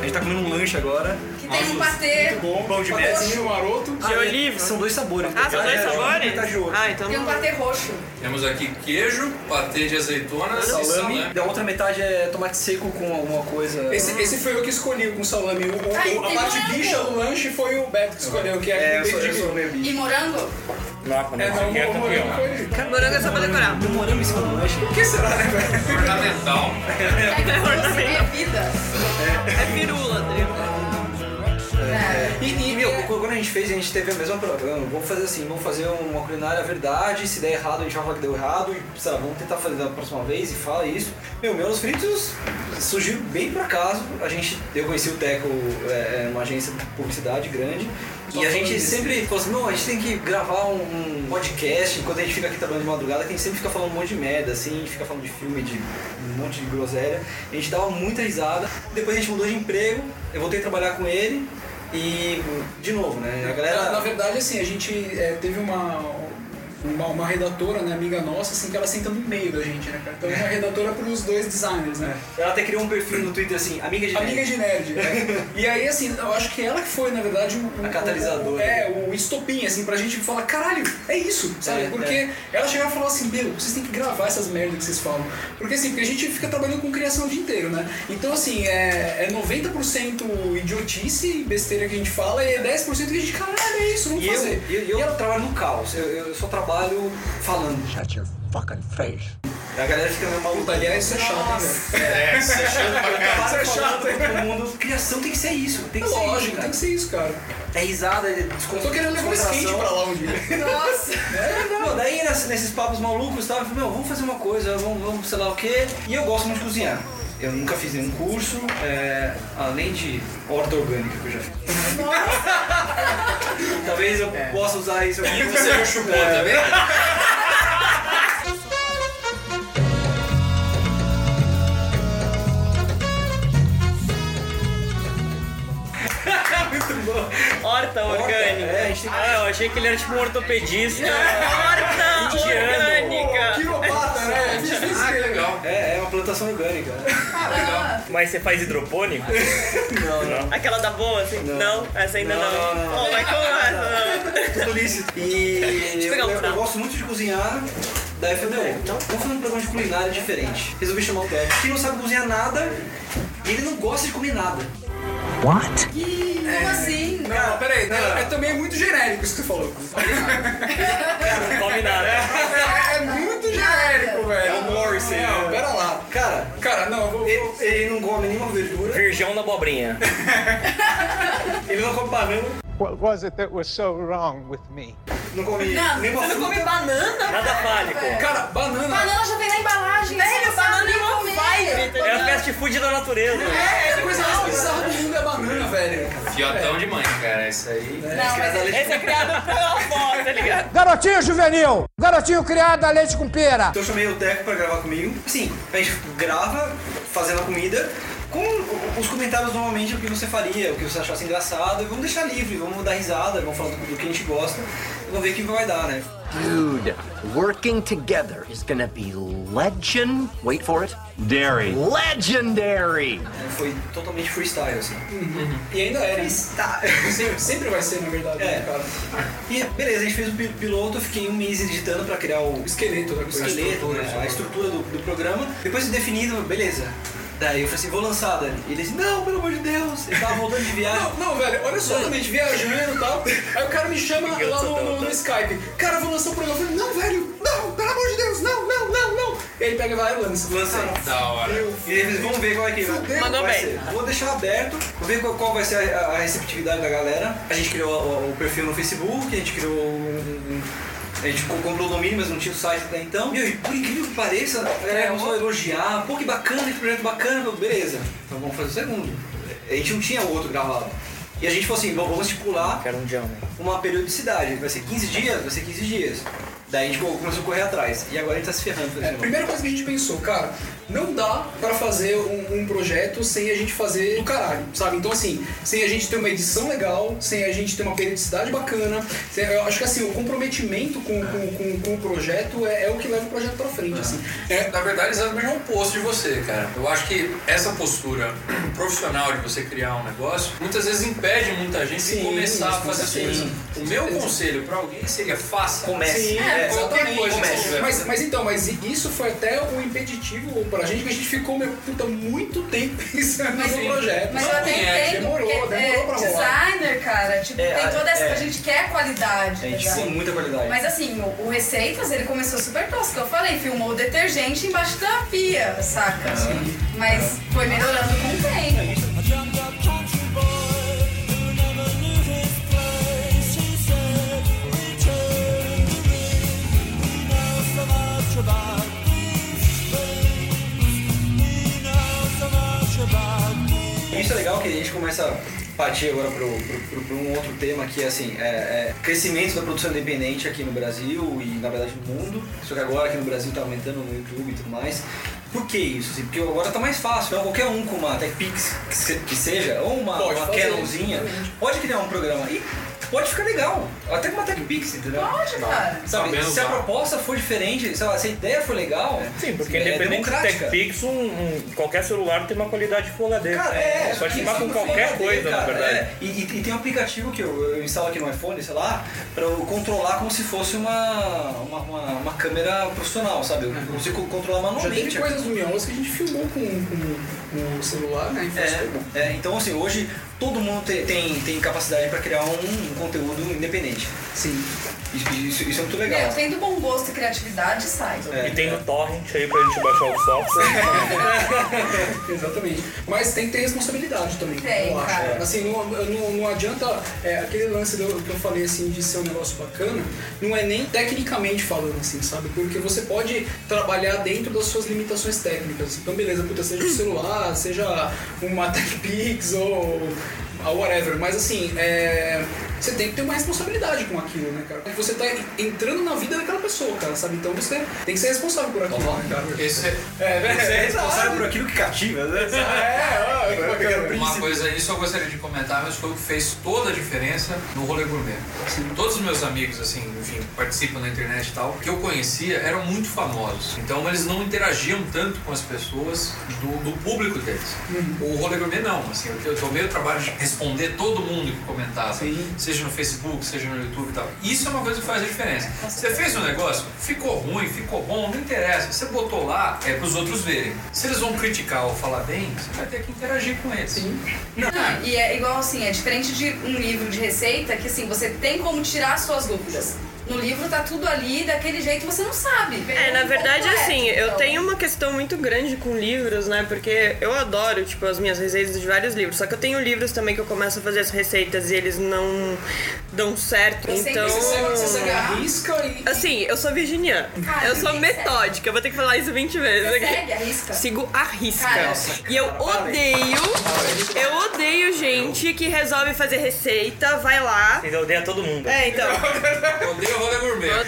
Speaker 7: A gente tá comendo um lanche agora.
Speaker 5: Que Tem um patê,
Speaker 2: Bom,
Speaker 6: Pão de
Speaker 2: patê
Speaker 6: mel.
Speaker 2: assim, maroto.
Speaker 7: Ah,
Speaker 5: Ah,
Speaker 4: De
Speaker 7: é.
Speaker 4: oliva?
Speaker 11: São dois sabores.
Speaker 4: Ah, são dois
Speaker 2: é,
Speaker 4: sabores?
Speaker 2: metade de outro.
Speaker 4: Ah, então
Speaker 5: tem um
Speaker 4: não.
Speaker 5: patê roxo.
Speaker 8: Temos aqui queijo, patê de azeitonas e
Speaker 7: Salame,
Speaker 4: né?
Speaker 8: salame.
Speaker 7: da outra metade é tomate seco com alguma coisa.
Speaker 2: Esse, esse foi eu que escolhi com salame. O, o-
Speaker 5: é. Ai,
Speaker 2: o- a
Speaker 5: tem
Speaker 2: parte
Speaker 5: morango.
Speaker 2: bicha do lanche foi o Beto que escolheu, que
Speaker 7: É,
Speaker 2: é
Speaker 7: eu
Speaker 2: aquele
Speaker 7: sou, eu
Speaker 2: beijo de
Speaker 7: sou
Speaker 2: milho.
Speaker 7: meio bicho.
Speaker 5: E morango?
Speaker 6: Nossa,
Speaker 2: É,
Speaker 6: mas
Speaker 2: não,
Speaker 6: aqui é
Speaker 2: o morango foi
Speaker 6: campeão.
Speaker 2: ele.
Speaker 4: Morango é só pra decorar.
Speaker 11: Meu morango em cima do lanche.
Speaker 8: Ornamental.
Speaker 5: É que doce é vida.
Speaker 4: É pirula, tá ligado?
Speaker 5: É.
Speaker 7: E, e, meu, quando a gente fez, a gente teve a mesma prova. Não, Vamos fazer assim, vamos fazer uma culinária verdade, se der errado, a gente vai falar que deu errado, e sei lá, vamos tentar fazer da próxima vez e fala isso. Meu, meus fritos surgiu bem por acaso. A gente, eu conheci o Teco, é, uma agência de publicidade grande, e a gente sempre falou assim, não, a gente tem que gravar um, um podcast, enquanto a gente fica aqui trabalhando de madrugada, que a gente sempre fica falando um monte de merda, assim, fica falando de filme, de um monte de groselha. A gente dava muita risada. Depois a gente mudou de emprego, eu voltei a trabalhar com ele. E, de novo, né? A
Speaker 2: Na, na
Speaker 7: galera.
Speaker 2: verdade, assim, a gente é, teve uma, uma, uma redatora, né, amiga nossa, assim, que ela senta no meio da gente, né, cara? Então é uma redatora para os dois designers, né?
Speaker 7: Ela até criou um perfil no Twitter assim, amiga de.
Speaker 2: Amiga de nerd, né? E aí, assim, eu acho que ela que foi, na verdade, um, um-
Speaker 7: A catalisadora.
Speaker 2: um- é, o estopim, assim, pra gente falar, caralho, é isso, sabe?
Speaker 7: É,
Speaker 2: porque
Speaker 7: é.
Speaker 2: ela chegava e falava assim, meu, vocês têm que gravar essas merdas que vocês falam. Porque assim, porque a gente fica trabalhando com criação o dia inteiro, né? Então, assim, é, é 90% idiotice e besteira que a gente fala, e é 10% que a gente, caralho, é isso, vamos
Speaker 7: E eu,
Speaker 2: fazer.
Speaker 7: e eu, e eu trabalho no caos, eu, eu só trabalho falando. A galera fica meio maluca.
Speaker 2: Aliás, isso é chato, hein, velho?
Speaker 8: É, isso é chato pra
Speaker 7: Eu
Speaker 8: caralho.
Speaker 7: trabalho
Speaker 2: isso é
Speaker 7: falando
Speaker 2: chato,
Speaker 7: pra todo mundo. Criação tem que ser isso, tem
Speaker 2: É
Speaker 7: que ser isso,
Speaker 2: lógico,
Speaker 7: cara.
Speaker 2: tem que ser isso, cara.
Speaker 7: É risada, é desconto.
Speaker 2: Eu tô querendo levar um skate pra lá um dia.
Speaker 5: Nossa.
Speaker 7: Não, daí ness- nesses papos malucos, tá? Eu falei, meu, vamos fazer uma coisa, vamos, vamos sei lá o quê. E eu gosto muito de cozinhar. Eu nunca fiz nenhum curso, é, além de horta orgânica que eu já fiz. Talvez eu possa usar isso aqui. É,
Speaker 8: Você não chupou, tá vendo?
Speaker 4: Horta orgânica.
Speaker 7: É, a gente tem
Speaker 6: Ah, eu achei que ele era tipo um
Speaker 4: é.
Speaker 6: ortopedista.
Speaker 4: Horta
Speaker 6: Indiano.
Speaker 4: orgânica.
Speaker 2: Quiropata, né? É difícil.
Speaker 8: Ah, que legal.
Speaker 7: É, é uma plantação orgânica.
Speaker 6: Mas você faz hidropônico?
Speaker 7: Não, não.
Speaker 4: Aquela da boa, assim? Não, essa ainda não.
Speaker 7: Não, não, não.
Speaker 4: Oh, mas como é? essa? Não.
Speaker 7: Tudo lícito. E eu,
Speaker 4: pegar um
Speaker 7: eu- eu
Speaker 4: prato.
Speaker 7: gosto muito de cozinhar. Daí eu falei, meu, vamos fazer um programa de culinária diferente. Resolvi chamar o Teco, que não sabe cozinhar nada e ele não gosta de comer nada.
Speaker 5: Ih, Como assim?
Speaker 2: Não, peraí, não, é também muito genérico isso que tu falou.
Speaker 6: Não come nada.
Speaker 2: É, é muito genérico, velho. É o Morrissey. Não, pera lá.
Speaker 7: Cara,
Speaker 2: Cara, não, eu vou. vou-
Speaker 7: ele, ele não come nenhuma verdura,
Speaker 6: Virgão da abobrinha.
Speaker 7: ele não come banana,
Speaker 12: What was it that was so wrong with me?
Speaker 7: não come
Speaker 5: Não,
Speaker 7: nenhuma
Speaker 5: você não
Speaker 7: fruta.
Speaker 5: come banana?
Speaker 6: Nada fálico.
Speaker 2: Cara, banana.
Speaker 5: Banana já vem na embalagem.
Speaker 4: Velho,
Speaker 5: você
Speaker 4: banana
Speaker 5: não sabe
Speaker 4: é
Speaker 5: nem
Speaker 4: uma
Speaker 5: comer.
Speaker 4: vibe.
Speaker 6: É o fast food da natureza.
Speaker 2: É, é a coisa mais bizarra do mundo é banana, velho.
Speaker 8: Fiotão de mãe, cara. Isso aí.
Speaker 5: Não,
Speaker 7: tá
Speaker 5: mas ele
Speaker 4: Esse é criado pela avó, tá ligado?
Speaker 12: Garotinho juvenil! Garotinho criado a leite com pera!
Speaker 7: Então eu chamei o Teco pra gravar comigo. Sim, a gente grava fazendo a comida com os comentários normalmente o que você faria, o que você achasse engraçado. E vamos deixar livre, vamos dar risada, vamos falar do, do que a gente gosta. e Vamos ver o que vai dar, né?
Speaker 13: Dude, working together is gonna be legend. Wait for it. Dairy. Legendary.
Speaker 7: É, Foi totalmente freestyle, assim.
Speaker 2: E ainda é. né?
Speaker 7: Freestyle.
Speaker 2: Sempre, sempre vai ser, na verdade,
Speaker 7: É.
Speaker 2: né, cara.
Speaker 7: E beleza, a gente fez o pi- piloto, eu fiquei um mês editando pra criar o
Speaker 2: O esqueleto, né?
Speaker 7: o esqueleto,
Speaker 2: estrutura,
Speaker 7: né,
Speaker 2: assim.
Speaker 7: a estrutura do, do programa. Depois de definido, beleza. Daí eu falei assim, vou lançar, Dani. E ele disse, não, pelo amor de Deus, ele tava voltando de viagem.
Speaker 2: Não, não, velho, olha só, também, viajando e tal. Aí o cara me chama lá no, no- no Skype. Cara, eu vou lançar um programa. Eu falei, não, velho, não, pelo amor de Deus, não, não, não, não. E aí pega e vai e lança.
Speaker 7: Lança.
Speaker 8: Da hora.
Speaker 2: Eu
Speaker 7: E eles vão ver qual é que vai,
Speaker 2: Fudeu.
Speaker 7: vai
Speaker 4: Mandou bem.
Speaker 7: ser. Vou deixar aberto, vou ver qual, qual vai ser a, a receptividade da galera. A gente criou o, o perfil no Facebook, a gente criou um- um- a gente co- comprou o domínio, mas não tinha o site até então. E por incrível que pareça, a
Speaker 2: É,
Speaker 7: galera começou a elogiar. Pô, que bacana, que projeto bacana. Eu, Beleza, então vamos fazer o segundo. A gente não tinha outro gravado. E a gente falou assim, "Bom, vamos estipular
Speaker 6: Quero um jump.
Speaker 7: uma periodicidade. Vai ser 15 dias? Vai ser 15 dias. Daí a gente co- começou a correr atrás. E agora a gente tá se ferrando.
Speaker 2: É,
Speaker 7: fazendo.
Speaker 2: primeira coisa que a gente pensou, cara, Não dá pra fazer um, um projeto sem a gente fazer do caralho, sabe? Então, assim, sem a gente ter uma edição legal, sem a gente ter uma periodicidade bacana. sem- Eu acho que, assim, o comprometimento com, com, com- com o projeto é, é o que leva o projeto pra frente, assim.
Speaker 8: Na verdade, exatamente é um oposto de você, cara. Eu acho que essa postura profissional de você criar um negócio muitas vezes impede muita gente de começar a
Speaker 2: com
Speaker 8: fazer as
Speaker 2: certeza.
Speaker 8: coisas. O meu conselho pra alguém seria faça.
Speaker 2: Sim,
Speaker 8: É, qualquer
Speaker 2: exatamente.
Speaker 8: coisa que você tiver.
Speaker 2: Mas, mas então, mas i- isso foi até um impeditivo pra gente, que a gente ficou, meu puta, muito tempo pensando
Speaker 5: Mas-
Speaker 2: no projeto.
Speaker 5: Mas eu até entendo,
Speaker 2: Demorou,
Speaker 5: porque
Speaker 2: demorou pra
Speaker 5: é,
Speaker 2: rolar.
Speaker 5: designer, cara, tipo,
Speaker 2: É,
Speaker 5: tem toda essa.
Speaker 7: é.
Speaker 5: A gente quer qualidade.
Speaker 7: A gente
Speaker 5: tá ligado?
Speaker 7: tem muita qualidade.
Speaker 5: Mas assim, o, o Receitas, ele começou super tosco. Eu falei, filmou o detergente embaixo da pia, saca?
Speaker 2: Ah,
Speaker 5: Mas foi melhorando com o tempo.
Speaker 7: Isso é legal que a gente começa a partir agora para um outro tema que é assim, é, é crescimento da produção independente aqui no Brasil e na verdade no mundo. Só que agora aqui no Brasil está aumentando no YouTube e tudo mais. Por que isso? assim? Porque agora tá mais fácil. Então qualquer um com uma TechPix que se- que seja, ou uma,
Speaker 2: Pode
Speaker 7: uma
Speaker 2: fazer.
Speaker 7: Canonzinha, pode criar um programa e pode ficar legal. Até com uma TechPix, entendeu?
Speaker 5: Pode,
Speaker 2: tá
Speaker 5: cara.
Speaker 7: Sabe,
Speaker 6: Sabendo
Speaker 7: se a
Speaker 6: usar.
Speaker 7: proposta for diferente, sei lá, se a ideia for legal,
Speaker 6: Sim, porque
Speaker 7: é
Speaker 6: independente do
Speaker 7: democrática.
Speaker 6: TechPix, um, um- qualquer celular tem uma qualidade Full HD.
Speaker 7: Cara, é, é,
Speaker 6: pode
Speaker 7: isso
Speaker 6: filmar com
Speaker 7: não
Speaker 6: qualquer
Speaker 7: tem
Speaker 6: coisa,
Speaker 7: nada a
Speaker 6: na
Speaker 7: ver, cara.
Speaker 6: verdade.
Speaker 7: É, E, e- e tem um aplicativo que eu, eu instalo aqui no iPhone, sei lá, pra eu controlar como se fosse uma, uma, uma- uma câmera profissional, sabe? Eu consigo controlar
Speaker 2: Já
Speaker 7: manualmente.
Speaker 2: teve coisas do Miolos que a gente filmou com, com- com o celular, né? Então, isso
Speaker 7: É, é, então assim, hoje todo mundo te- tem, tem capacidade pra criar um, um conteúdo independente. Sim. Isso, isso- isso é muito legal.
Speaker 5: Meu, tendo bom gosto e criatividade, sai.
Speaker 2: É,
Speaker 6: E tem no torrent aí pra gente baixar o software.
Speaker 2: Exatamente. Mas tem que ter responsabilidade também,
Speaker 5: Tem,
Speaker 2: eu acho.
Speaker 5: cara.
Speaker 2: Assim, não, não, não adianta é, aquele lance do, que eu falei assim de ser um negócio bacana, não é nem tecnicamente falando assim, sabe? Porque você pode trabalhar dentro das suas limitações técnicas. assim. Então beleza, puta, seja um celular, seja uma TechPix ou a whatever. Mas assim, é, você tem que ter uma responsabilidade com aquilo, né, cara? Porque você tá entrando na vida daquela pessoa, cara, sabe? Então você tem que ser responsável por aquilo, né, cara?
Speaker 8: Esse é-
Speaker 2: É,
Speaker 7: Você é
Speaker 2: verdade.
Speaker 7: responsável por aquilo que cativa, né?
Speaker 2: É, ó, que bacana.
Speaker 8: Uma coisa aí só gostaria de comentar, mas foi o que fez toda a diferença no rolê gourmet. Todos os meus amigos, assim, enfim, que participam na internet e tal, que eu conhecia, eram muito famosos. Então eles não interagiam tanto com as pessoas do, do público deles. O rolê gourmet não, assim, eu, eu tomei o trabalho de responder todo mundo que comentasse, seja no Facebook, seja no YouTube e tal. Isso é uma coisa que faz a diferença. Você fez um negócio, ficou ruim, ficou bom, não interessa. Você botou lá, é pros outros verem. Se eles vão criticar ou falar bem, você vai ter que interagir com eles.
Speaker 5: Não, e é igual assim, é diferente de um livro de receita que assim, você tem como tirar suas dúvidas. No livro tá tudo ali, daquele jeito você não sabe.
Speaker 4: É, na verdade,
Speaker 5: Completo,
Speaker 4: assim, eu
Speaker 5: então.
Speaker 4: tenho uma questão muito grande com livros, né? Porque eu adoro, tipo, as minhas receitas de vários livros. Só que eu tenho livros também que eu começo a fazer as receitas e eles não dão certo.
Speaker 5: Eu sei que
Speaker 4: Então.
Speaker 5: você segue- você segue a
Speaker 2: risca e.
Speaker 4: Assim, eu sou virginiana.
Speaker 5: Cara, É
Speaker 4: eu sou
Speaker 5: ninguém segue.
Speaker 4: metódica. Eu vou ter que falar isso 20 vezes.
Speaker 5: Você
Speaker 4: aqui.
Speaker 5: segue a risca?
Speaker 4: Sigo a risca.
Speaker 5: Cara, Nossa,
Speaker 4: e eu odeio. Eu odeio gente que resolve fazer receita, vai lá.
Speaker 6: Ele odeia todo mundo.
Speaker 4: É, então.
Speaker 8: Odeio rolê gourmet.
Speaker 2: Ah,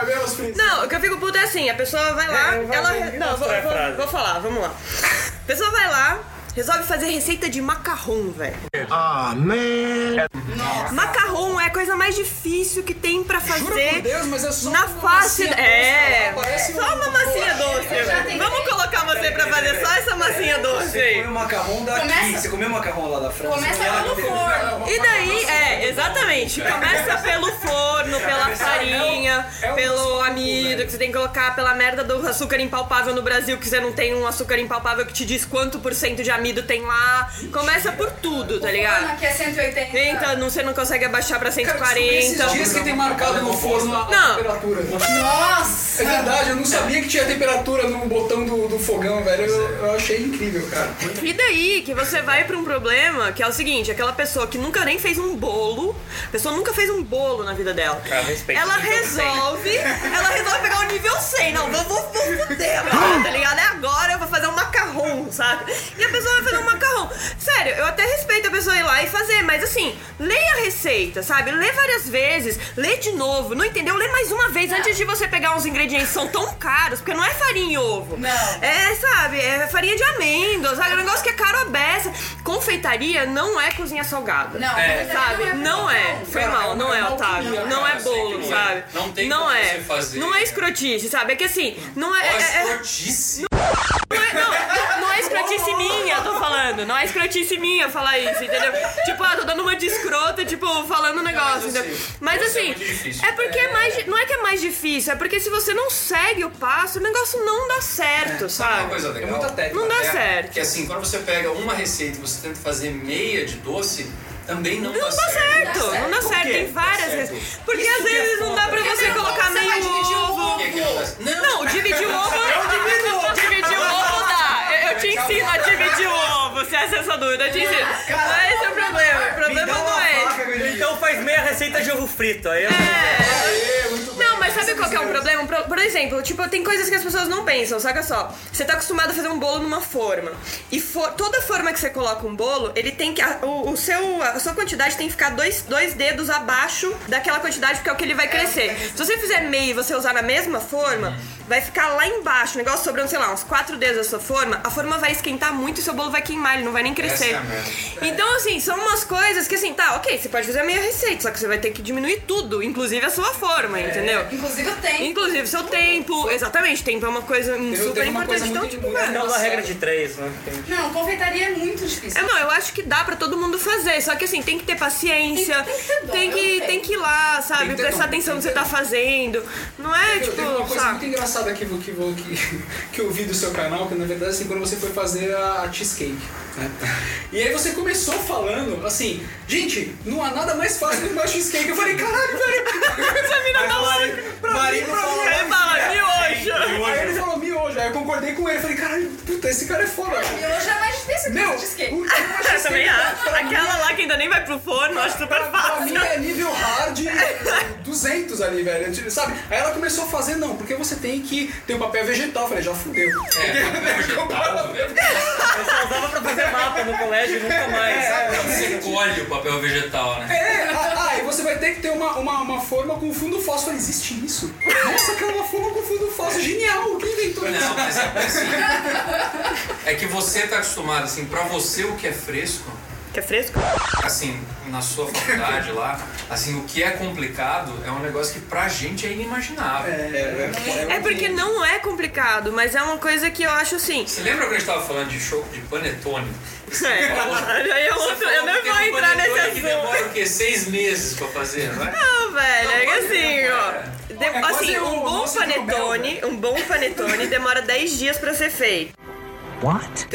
Speaker 4: Odeio. Não, o que eu fico puto é assim, a pessoa vai
Speaker 2: É,
Speaker 4: lá,
Speaker 6: eu vou-
Speaker 4: ela.
Speaker 6: eu vou
Speaker 4: Não, vou,
Speaker 6: mostrar a
Speaker 4: vou-
Speaker 2: né?
Speaker 6: frase.
Speaker 4: vou falar, vamos lá. A pessoa vai lá, resolve fazer receita de macarrão, velho.
Speaker 10: Ah, man.
Speaker 4: Macarrão é a coisa mais difícil que tem pra fazer.
Speaker 2: por Deus, mas é só
Speaker 4: na
Speaker 2: uma
Speaker 4: face.
Speaker 2: massinha
Speaker 4: É.
Speaker 2: doce, parece
Speaker 4: só
Speaker 2: um-
Speaker 4: uma massinha doce.
Speaker 5: Eu já tentei.
Speaker 4: Vamos colocar você pra fazer só essa massinha doce
Speaker 7: Você
Speaker 4: aí.
Speaker 7: comeu macarrão daqui,
Speaker 5: Começa-
Speaker 7: você comeu macarrão lá né? da França.
Speaker 5: Começa
Speaker 7: ela
Speaker 5: pelo
Speaker 7: teve-
Speaker 5: forno.
Speaker 4: E daí, é, exatamente. Começa pelo forno, pela farinha, pelo amido que você tem que colocar, pela merda do açúcar impalpável no Brasil, que você não tem um açúcar impalpável que te diz quanto por cento de amido tem lá. Começa por tudo, tá
Speaker 5: Forno
Speaker 4: ligado?
Speaker 5: Aqui é 180.
Speaker 4: Então, não- você não consegue abaixar pra
Speaker 2: Esses
Speaker 4: 140.
Speaker 2: dias que tem marcado no forno a a
Speaker 4: então. Não.
Speaker 2: temperatura. né?
Speaker 5: Nossa!
Speaker 2: É verdade, eu não sabia que tinha temperatura no botão do, do fogão, velho. Eu, eu achei incrível, cara.
Speaker 4: E daí que você vai pra um problema que é o seguinte, aquela pessoa que nunca nem fez um bolo, a pessoa nunca fez um bolo na vida dela.
Speaker 6: Cara, respeita.
Speaker 4: Ela resolve, ela resolve pegar o nível 100. Não, vou, vou, vou fuder agora, tá ligado? É agora eu vou fazer um macarrão, sabe? E a pessoa vai fazer um macarrão. Sério, eu até respeito a pessoa ir lá e fazer, mas assim, leia a receita, sabe? Lê várias vezes, lê de novo. Não entendeu? Lê mais uma vez antes de você pegar uns ingredientes que são tão caros, porque não é farinha e ovo.
Speaker 5: Não.
Speaker 4: É é, sabe, é farinha de amêndoas, sabe? É um negócio que é caro a beça. Confeitaria não é cozinha salgada.
Speaker 5: Não,
Speaker 4: é.
Speaker 5: confeitaria
Speaker 4: sabe?
Speaker 5: não é
Speaker 4: Não é.
Speaker 5: produção.
Speaker 4: Foi
Speaker 5: Cara,
Speaker 4: mal,
Speaker 5: é
Speaker 4: não
Speaker 5: uma
Speaker 4: é,
Speaker 5: alquimia,
Speaker 4: Otávio. Não
Speaker 5: cara,
Speaker 4: é bolo, sabe?
Speaker 8: Não tem
Speaker 4: Não
Speaker 8: como
Speaker 4: é.
Speaker 8: você fazer.
Speaker 4: Não é escrotice, sabe? É que assim, não é.
Speaker 8: Ó,
Speaker 4: é- é-
Speaker 8: escrotice.
Speaker 4: Não é, não, não é escrotice minha, eu tô falando. Não é escrotice minha falar isso, entendeu? Tipo, ah, tô dando uma de escrota, tipo, falando um negócio, entendeu? Mas assim, é porque é mais. di- Não é que é mais difícil, é porque se você não segue o passo, o negócio não dá certo, sabe?
Speaker 8: Uma coisa legal.
Speaker 4: Não é dá
Speaker 8: né?
Speaker 4: certo.
Speaker 8: Que assim, quando você pega uma receita e você tenta fazer meia de doce, também não,
Speaker 4: Não dá
Speaker 8: certo.
Speaker 4: certo, não dá
Speaker 8: Por
Speaker 4: certo,
Speaker 8: quê?
Speaker 4: tem várias
Speaker 8: Dá certo.
Speaker 4: vezes. Porque
Speaker 8: Isso
Speaker 4: às
Speaker 8: que é
Speaker 4: vezes não dá
Speaker 8: foda.
Speaker 4: pra você colocar meio ovo.
Speaker 8: é
Speaker 4: Não, dividir o ovo.
Speaker 8: Eu divido o ovo.
Speaker 4: Dividir o ovo dá. Eu, eu te ensino a dividir o ovo, se essa é a sua dúvida, eu te ensino. Não é esse o problema. O problema não é esse.
Speaker 6: Então faz meia receita de ovo frito. Aí eu...
Speaker 4: É. Não, mas sabe qual que é um problema? Por, por exemplo, tipo, tem coisas que as pessoas não pensam, saca só. Você tá acostumado a fazer um bolo numa forma. E for- toda forma que você coloca um bolo, ele tem que. a- o, o seu, a sua quantidade tem que ficar dois, dois dedos abaixo daquela quantidade, porque é o que ele vai crescer. Se você fizer meio e você usar na mesma forma, vai ficar lá embaixo, o negócio sobrando, sei lá, uns quatro dedos da sua forma, a forma vai esquentar muito e seu bolo vai queimar, ele não vai nem crescer.
Speaker 8: Essa é a merda.
Speaker 4: Então, assim, são umas coisas que, assim, tá, ok, você pode fazer a meia receita, só que você vai ter que diminuir tudo, inclusive a sua forma, entendeu?
Speaker 5: Inclusive o tempo.
Speaker 4: Inclusive seu tempo, exatamente, tempo é uma coisa super
Speaker 6: tenho uma
Speaker 4: importante.
Speaker 6: coisa
Speaker 4: Então,
Speaker 6: muito-
Speaker 4: tipo,
Speaker 6: muito
Speaker 4: cara,
Speaker 6: Não dá regra de três, né? Tem-
Speaker 5: Não, confeitaria é muito difícil.
Speaker 4: É, não, eu acho que dá pra todo mundo fazer, só que assim, tem que ter paciência, tem,
Speaker 5: dó, eu
Speaker 4: que,
Speaker 5: sei.
Speaker 4: tem que ir lá, sabe,
Speaker 2: Tem que ter
Speaker 4: prestar
Speaker 2: dom,
Speaker 4: atenção no que você tá fazendo. Não é,
Speaker 2: Teve-
Speaker 4: tipo,
Speaker 2: teve uma coisa
Speaker 4: sabe?
Speaker 2: muito engraçada que, vo- que, vo- que, que eu vi do seu canal, que na verdade assim, quando você foi fazer a cheesecake. né? E aí você começou falando assim, gente, não há nada mais fácil do que uma cheesecake. Eu falei, caralho, velho.
Speaker 4: Essa mina tá louca.
Speaker 2: Pra mim,
Speaker 4: Marido
Speaker 2: pra
Speaker 4: falou,
Speaker 2: mim. é
Speaker 4: "Vai falar miojo."
Speaker 2: Aí ele falou miojo. Aí eu concordei com ele. Falei, caralho, puta, esse cara é foda.
Speaker 5: E hoje é mais difícil que
Speaker 2: Meu,
Speaker 5: o cheesecake.
Speaker 4: Eu também acho. Aquela lá que ainda nem vai pro forno, eu acho super
Speaker 2: Pra mim
Speaker 4: fácil.
Speaker 2: é nível hard 200 ali, velho. Tipo, Sabe? Aí ela começou a fazer, não, porque você tem que ter um papel vegetal. Eu falei, já fudeu.
Speaker 6: Eu só usava pra fazer mapa no colégio e nunca mais.
Speaker 8: Você colhe o papel vegetal, né?
Speaker 2: É, ah, ah, e você vai ter que ter uma, uma, uma forma com fundo fósforo. Existe isso? Nossa, cara, uma forma com fundo fósforo. Genial! Quem inventou isso?
Speaker 8: Não, mas é porque, assim, É que você tá acostumado, assim, pra você o que é fresco,
Speaker 4: Que é fresco?
Speaker 8: assim, na sua faculdade lá, assim, o que é complicado é um negócio que pra gente é inimaginável.
Speaker 4: É porque não é complicado, mas é uma coisa que eu acho assim.
Speaker 8: Você lembra quando a gente tava falando de show de panetone?
Speaker 4: É, aí é outro, eu não vou entrar nesse
Speaker 8: Panetone que
Speaker 4: assunto.
Speaker 8: então demora o quê? Seis meses pra fazer, não é?
Speaker 4: Não, velho, é que assim, ó. de-
Speaker 8: É quase
Speaker 4: assim,
Speaker 8: o
Speaker 4: um bom
Speaker 8: nosso
Speaker 4: panetone, um bom panetone demora 10 dias pra ser feito.
Speaker 14: What?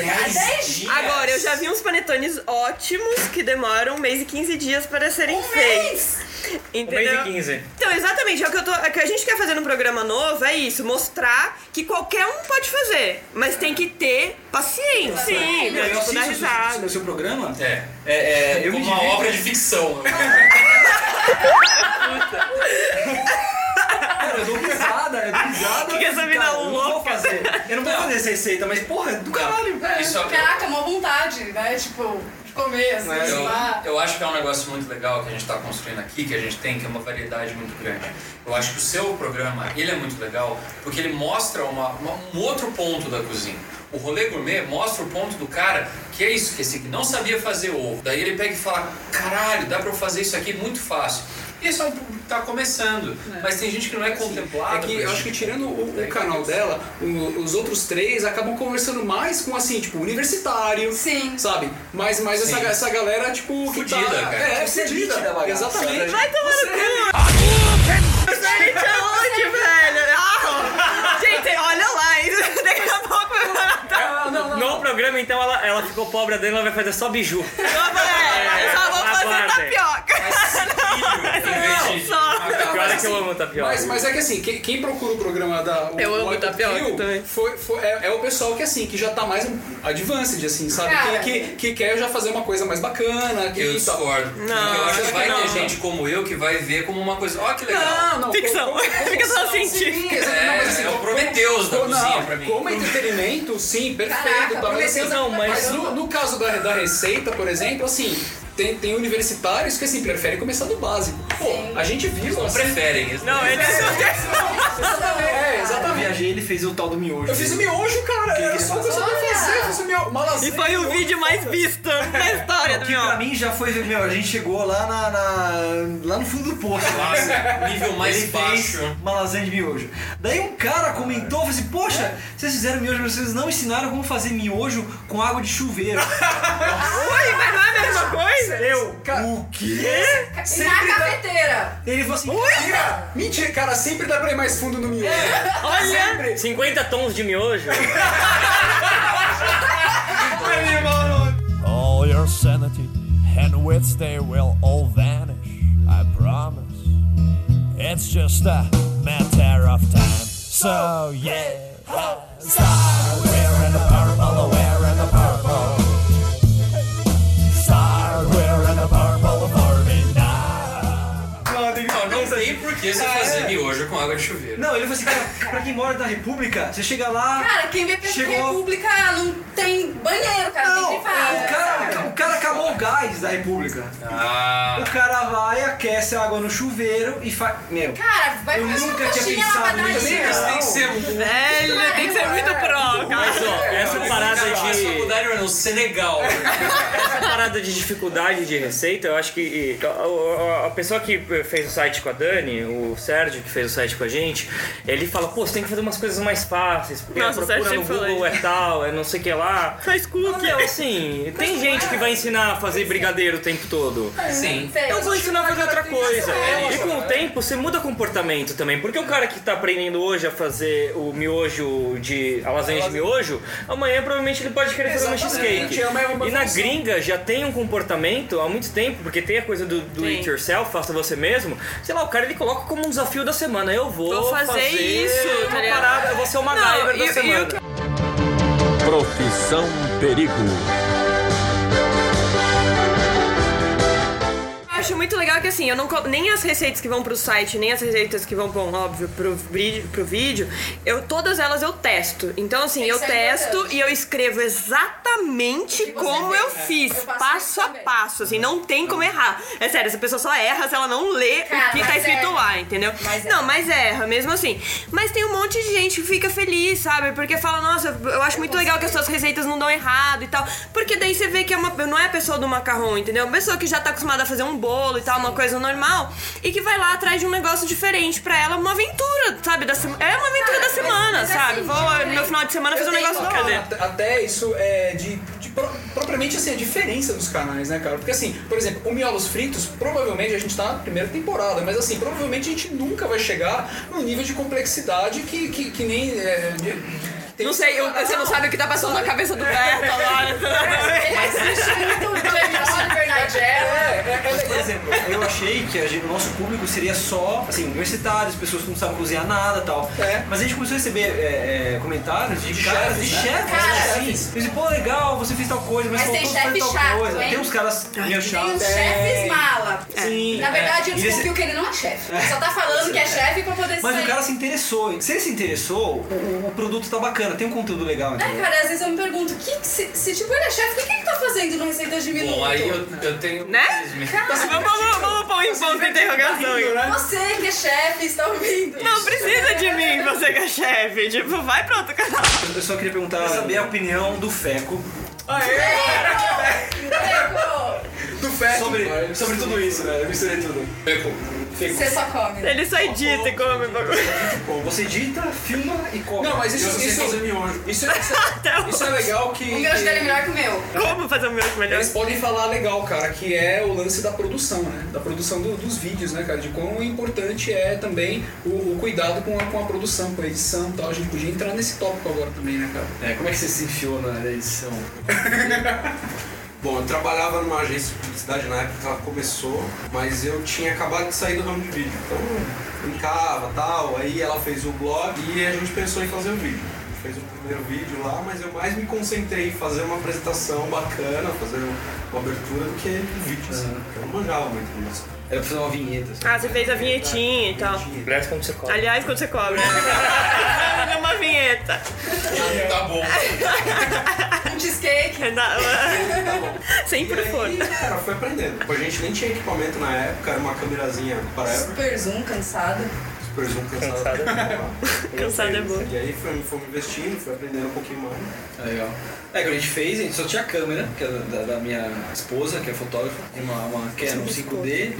Speaker 4: Agora, eu já vi uns panetones ótimos que demoram um mês e 15 dias para serem feitos.
Speaker 6: Um mês
Speaker 4: Entendeu?
Speaker 6: e 15.
Speaker 4: Então, exatamente, é o que, eu tô, é o que a gente quer fazer no programa novo é isso, mostrar que qualquer um pode fazer, mas tem que ter paciência, sim,
Speaker 7: Eu
Speaker 4: pra tipo,
Speaker 7: assisto
Speaker 4: dar
Speaker 7: o seu-
Speaker 4: risada.
Speaker 7: seu- seu programa?
Speaker 8: É.
Speaker 7: É, eu
Speaker 8: Como
Speaker 7: me
Speaker 8: uma
Speaker 7: divirto.
Speaker 8: obra de ficção.
Speaker 7: Cara, eu dou risada, eu dou risada.
Speaker 4: Que que essa mina
Speaker 7: Cara, eu não vou
Speaker 4: louca?
Speaker 7: fazer. Eu não vou fazer essa receita, mas porra, é do caralho.
Speaker 5: É,
Speaker 8: Isso é-
Speaker 5: Caraca, uma vontade, né? Tipo, de comer, assim, sei
Speaker 8: Eu,
Speaker 5: lá.
Speaker 8: eu acho que é um negócio muito legal que a gente está construindo aqui, que a gente tem, que é uma variedade muito grande. Eu acho que o seu programa, ele é muito legal, porque ele mostra uma- uma- um outro ponto da cozinha. O rolê gourmet mostra o ponto do cara, que é isso, que esse que não sabia fazer ovo. Daí ele pega e fala, caralho, dá pra eu fazer isso aqui muito fácil. Isso é um, tá começando, mas tem gente que não é contemplada.
Speaker 2: É que
Speaker 8: por
Speaker 2: eu
Speaker 8: isso.
Speaker 2: acho que tirando o, o canal dela, o- os outros três acabam conversando mais com assim, tipo, universitário.
Speaker 5: Sim.
Speaker 2: Sabe? Mas, mas essa,
Speaker 8: Sim.
Speaker 2: essa galera, tipo, que
Speaker 8: Fudida,
Speaker 2: tá-
Speaker 8: cara.
Speaker 2: É, é
Speaker 7: Você é
Speaker 2: fudida.
Speaker 7: líquida, bagaça.
Speaker 2: Exatamente. é,
Speaker 4: Vai tomar no cu! Gente, aonde, velho? Ah, gente, olha lá, hein? daqui a pouco vai
Speaker 2: Ah,
Speaker 4: matar.
Speaker 6: No programa, então, ela, ela ficou pobre, a Dani ela vai fazer só biju.
Speaker 4: Eu só vou fazer
Speaker 6: Aguardem.
Speaker 4: tapioca.
Speaker 8: Em vez de-
Speaker 4: Só.
Speaker 2: Não, mas
Speaker 6: Pior é que eu amo tapioca.
Speaker 2: Mas, mas é que assim, quem, quem procura o programa da. O,
Speaker 4: Eu amo
Speaker 2: o Ico
Speaker 4: tapioca
Speaker 2: Kill
Speaker 4: também.
Speaker 2: Foi, foi- é, é o pessoal que assim, que já tá mais advanced, assim, sabe?
Speaker 5: Cara.
Speaker 2: Que, que, que quer já fazer uma coisa mais bacana. Que
Speaker 8: Eu
Speaker 2: tá-
Speaker 8: discordo. porque eu acho que
Speaker 2: acho
Speaker 8: vai
Speaker 2: que
Speaker 8: ter
Speaker 2: não.
Speaker 8: gente como eu que vai ver como uma coisa. Ó, que legal.
Speaker 2: Ah, Não, não.
Speaker 4: Ficção. Fica só científica.
Speaker 2: Não, mas assim,
Speaker 8: É, é o
Speaker 2: como-
Speaker 8: Prometheus da
Speaker 2: como-
Speaker 8: cozinha
Speaker 2: não,
Speaker 8: é pra mim.
Speaker 2: Como entretenimento, sim, perfeito.
Speaker 5: Caraca,
Speaker 2: tá, mas, assim,
Speaker 5: Prometheus
Speaker 6: é muito
Speaker 2: mas
Speaker 5: bacana.
Speaker 2: no, no caso da, da receita, por exemplo, assim, tem, tem universitários que assim, preferem começar do básico. Pô, a gente viu.
Speaker 8: Eles não
Speaker 2: assim-
Speaker 8: preferem, eles não Não, eles-
Speaker 2: É, exatamente.
Speaker 7: Viajei, ele fez o tal do miojo.
Speaker 2: Eu fiz o miojo, cara. Era só o que eu sabia fazer. Eu fiz o miojo. Uma lasanha.
Speaker 4: visto
Speaker 2: da história
Speaker 7: que pra mim já foi, meu, a gente chegou lá na, na- lá no fundo do poço.
Speaker 8: Nossa, nível mais
Speaker 7: Ele
Speaker 8: baixo.
Speaker 7: Fez uma lasanha de miojo. Daí um cara comentou, falou assim, poxa, vocês fizeram miojo, mas vocês não ensinaram como fazer miojo com água de chuveiro.
Speaker 4: Ui, mas não é a mesma coisa?
Speaker 7: Eu, o quê?
Speaker 5: E na cafeteira.
Speaker 7: Ele falou assim,
Speaker 2: Mentira! Mentira, cara, sempre dá pra ir mais fundo no miojo.
Speaker 6: Olha! 50 tons de miojo.
Speaker 13: All your sanity and wits, they will all vanish, I promise. It's just a matter of time. So, yeah. Star, we're in the purple, we're in the purple. Star, we're in the purple for me now.
Speaker 8: Não, não tem por que você
Speaker 7: Ah,
Speaker 8: fazer
Speaker 7: é?
Speaker 8: miojo com água de chuveiro.
Speaker 7: Não, ele falou assim, cara, pra quem mora na República, você chega lá.
Speaker 5: Cara, quem vê pesquisa
Speaker 7: Chegou-
Speaker 5: república não tem banheiro, cara.
Speaker 7: Não,
Speaker 5: tem privado.
Speaker 7: o cara, o cara acabou o gás da República.
Speaker 8: Ah,
Speaker 7: O cara vai, aquece a água no chuveiro e faz. Meu.
Speaker 5: Cara, vai
Speaker 7: eu
Speaker 5: fazer uma
Speaker 7: nunca tinha
Speaker 5: coxinha
Speaker 7: pensado
Speaker 5: lavadinha.
Speaker 7: nisso.
Speaker 5: Não.
Speaker 4: Velho, tem que ser muito pro, cara.
Speaker 6: Mas ó, essa parada
Speaker 8: Cara, faz
Speaker 6: de.
Speaker 8: faculdade no Senegal.
Speaker 6: Essa parada de dificuldade de receita, eu acho que e, a, a- a pessoa que fez o site com a Dani, o Sérgio que fez o site com a gente, ele fala, pô, você tem que fazer umas coisas mais fáceis, porque
Speaker 4: Nossa,
Speaker 6: a
Speaker 4: o
Speaker 6: procura
Speaker 4: Sérgio
Speaker 6: no
Speaker 4: sempre fala
Speaker 6: Google é
Speaker 4: isso.
Speaker 6: tal, é não sei o que lá.
Speaker 4: Faz
Speaker 6: Ah,
Speaker 4: cookie.
Speaker 6: meu, assim, tem gente que vai ensinar a fazer brigadeiro o tempo todo.
Speaker 8: Sim.
Speaker 6: Eu vou ensinar a fazer outra coisa. E com o tempo você muda comportamento também. Porque o cara que tá aprendendo hoje a fazer o miojo de. a lasanha de miojo, amanhã provavelmente ele pode querer fazer uma
Speaker 2: Exatamente,
Speaker 6: cheesecake.
Speaker 2: é uma- é uma
Speaker 6: E na
Speaker 2: função.
Speaker 6: gringa já tem um comportamento há muito tempo, porque tem a coisa do do
Speaker 4: Sim.
Speaker 6: it yourself, faça você mesmo. Sei lá, o cara ele coloca como um desafio da semana. Eu vou,
Speaker 4: Vou fazer isso, tá
Speaker 6: uma
Speaker 4: ligado?
Speaker 6: parada, eu vou ser o MacGyver
Speaker 4: Não,
Speaker 6: da
Speaker 4: e- e o
Speaker 6: semana.
Speaker 4: que-
Speaker 15: Profissão Perigo.
Speaker 4: Eu acho muito legal que assim, eu não co- nem as receitas que vão pro site, nem as receitas que vão, bom, óbvio, pro vídeo, pro vídeo, eu todas elas eu testo. Então assim,
Speaker 5: Isso
Speaker 4: eu
Speaker 5: é
Speaker 4: testo
Speaker 5: importante.
Speaker 4: e eu escrevo exatamente como eu fiz, passo a passo, assim, não tem como errar. É sério, essa pessoa só erra se ela não lê
Speaker 5: Cara,
Speaker 4: o que tá
Speaker 5: mas
Speaker 4: escrito
Speaker 5: erra.
Speaker 4: lá, entendeu? não, mas é. erra mesmo assim. Mas tem um monte de gente que fica feliz, sabe? Porque fala, nossa, eu acho muito legal que as suas receitas não dão errado e tal. Porque daí você vê que é uma, não é a pessoa do macarrão, entendeu? É Uma pessoa que já tá acostumada a fazer um bolo e tal, uma coisa normal, e que vai lá atrás de um negócio diferente pra ela, uma aventura, sabe? Da sema- é uma aventura da semana, sabe? Vou no final de semana fazer um negócio da hora.
Speaker 2: Até- Até isso é de, de pro- propriamente assim, a diferença dos canais, né, cara? Porque assim, por exemplo, o Miolos Fritos, provavelmente a gente tá na primeira temporada, mas assim, provavelmente a gente nunca vai chegar no nível de complexidade que, que, que nem. é, de- tem-
Speaker 4: Não sei, eu- você não sabe o que tá passando na cabeça do Berto
Speaker 2: É, é, é,
Speaker 7: Por exemplo, eu achei que a gente- o nosso público seria só, assim, universitários, pessoas que não sabem cozinhar nada e tal. Mas a gente começou a receber é, é, comentários de, caras, de
Speaker 2: chefes, né?
Speaker 7: chefes,
Speaker 2: Cara,
Speaker 7: assim. Dizem, pô, legal, você fez tal coisa, mas,
Speaker 5: Mas tem
Speaker 7: faltou fazer
Speaker 5: chefe
Speaker 7: tal
Speaker 5: chato,
Speaker 7: coisa.
Speaker 5: hein?
Speaker 7: Tem uns caras meio chatos.
Speaker 5: Tem os chefes mala.
Speaker 7: É. Sim.
Speaker 5: Na verdade,
Speaker 7: é.
Speaker 5: eu
Speaker 7: E
Speaker 5: desconfio
Speaker 7: esse-
Speaker 5: que ele não é chefe. Ele Só tá falando que é chefe pra poder
Speaker 7: Mas
Speaker 5: sair.
Speaker 7: o cara se interessou. Se ele se interessou, o, o- o produto tá bacana, tem um conteúdo legal,
Speaker 5: É,
Speaker 7: entendeu?
Speaker 5: cara, às vezes eu me pergunto, que, que se, se tipo ele é chefe, o que, que ele tá fazendo no Receitas de Minuto?
Speaker 8: Bom, aí eu, eu tenho.
Speaker 5: Né?
Speaker 8: Infelizmente.
Speaker 5: Cara,
Speaker 4: Então, Vamos, vamos, vamos pôr em ponto de interrogação aí.
Speaker 5: Você que é chefe, está ouvindo?
Speaker 4: Não precisa de mim, você que é chefe. Tipo, vai pra outro canal.
Speaker 7: Eu só queria perguntar, saber a opinião do Feco
Speaker 2: do Feco
Speaker 7: sobre, sobre tudo isso, né? Eu misturei tudo.
Speaker 8: Feco.
Speaker 5: Você só come.
Speaker 4: Ele só é edita e come o bagulho.
Speaker 7: Bom, você edita, filma e come.
Speaker 2: Não, mas isso,
Speaker 7: Eu sei
Speaker 2: isso, isso,
Speaker 7: fazer
Speaker 2: isso, é- isso é legal que.
Speaker 5: O miojo dele é
Speaker 2: que-
Speaker 5: melhor que o meu.
Speaker 4: Como fazer o miojo melhor?
Speaker 2: Eles podem falar legal, cara, que é o lance da produção, né? Da produção do- dos vídeos, né, cara? De quão importante é também o, o cuidado com a, com a produção, com a edição e tal. A gente podia entrar nesse tópico agora também, né, cara?
Speaker 7: É, como é que você se enfiou na edição?
Speaker 16: Bom, eu trabalhava numa agência de publicidade na época que ela começou, mas eu tinha acabado de sair do ramo de vídeo. Então eu brincava tal, aí ela fez o blog e a gente pensou em fazer o vídeo. A gente Fez o primeiro vídeo lá, mas eu mais me concentrei em fazer uma apresentação bacana, fazer uma abertura do que um vídeo, assim. porque Eu não manjava muito disso.
Speaker 7: Era pra fazer uma vinheta. assim.
Speaker 4: Ah, você fez a vinhetinha e tal.
Speaker 6: Aliás, quando você cobra.
Speaker 4: Aliás, quando você cobra. Fazer uma vinheta.
Speaker 8: Tá bom.
Speaker 5: Um Cheesecake.
Speaker 4: Sempre
Speaker 16: foi. Cara, foi aprendendo. Tipo, A gente nem tinha equipamento na época, era uma câmerazinha para época.
Speaker 5: Super zoom, cansado.
Speaker 16: Super zoom cansado.
Speaker 4: Cansado é bom.
Speaker 16: E aí foi, fomos investindo, foi aprendendo um pouquinho mais.
Speaker 7: Legal. É, quando a gente fez, a gente só tinha a câmera, que é da, da minha esposa, que é fotógrafa, e uma, uma é Canon 5D.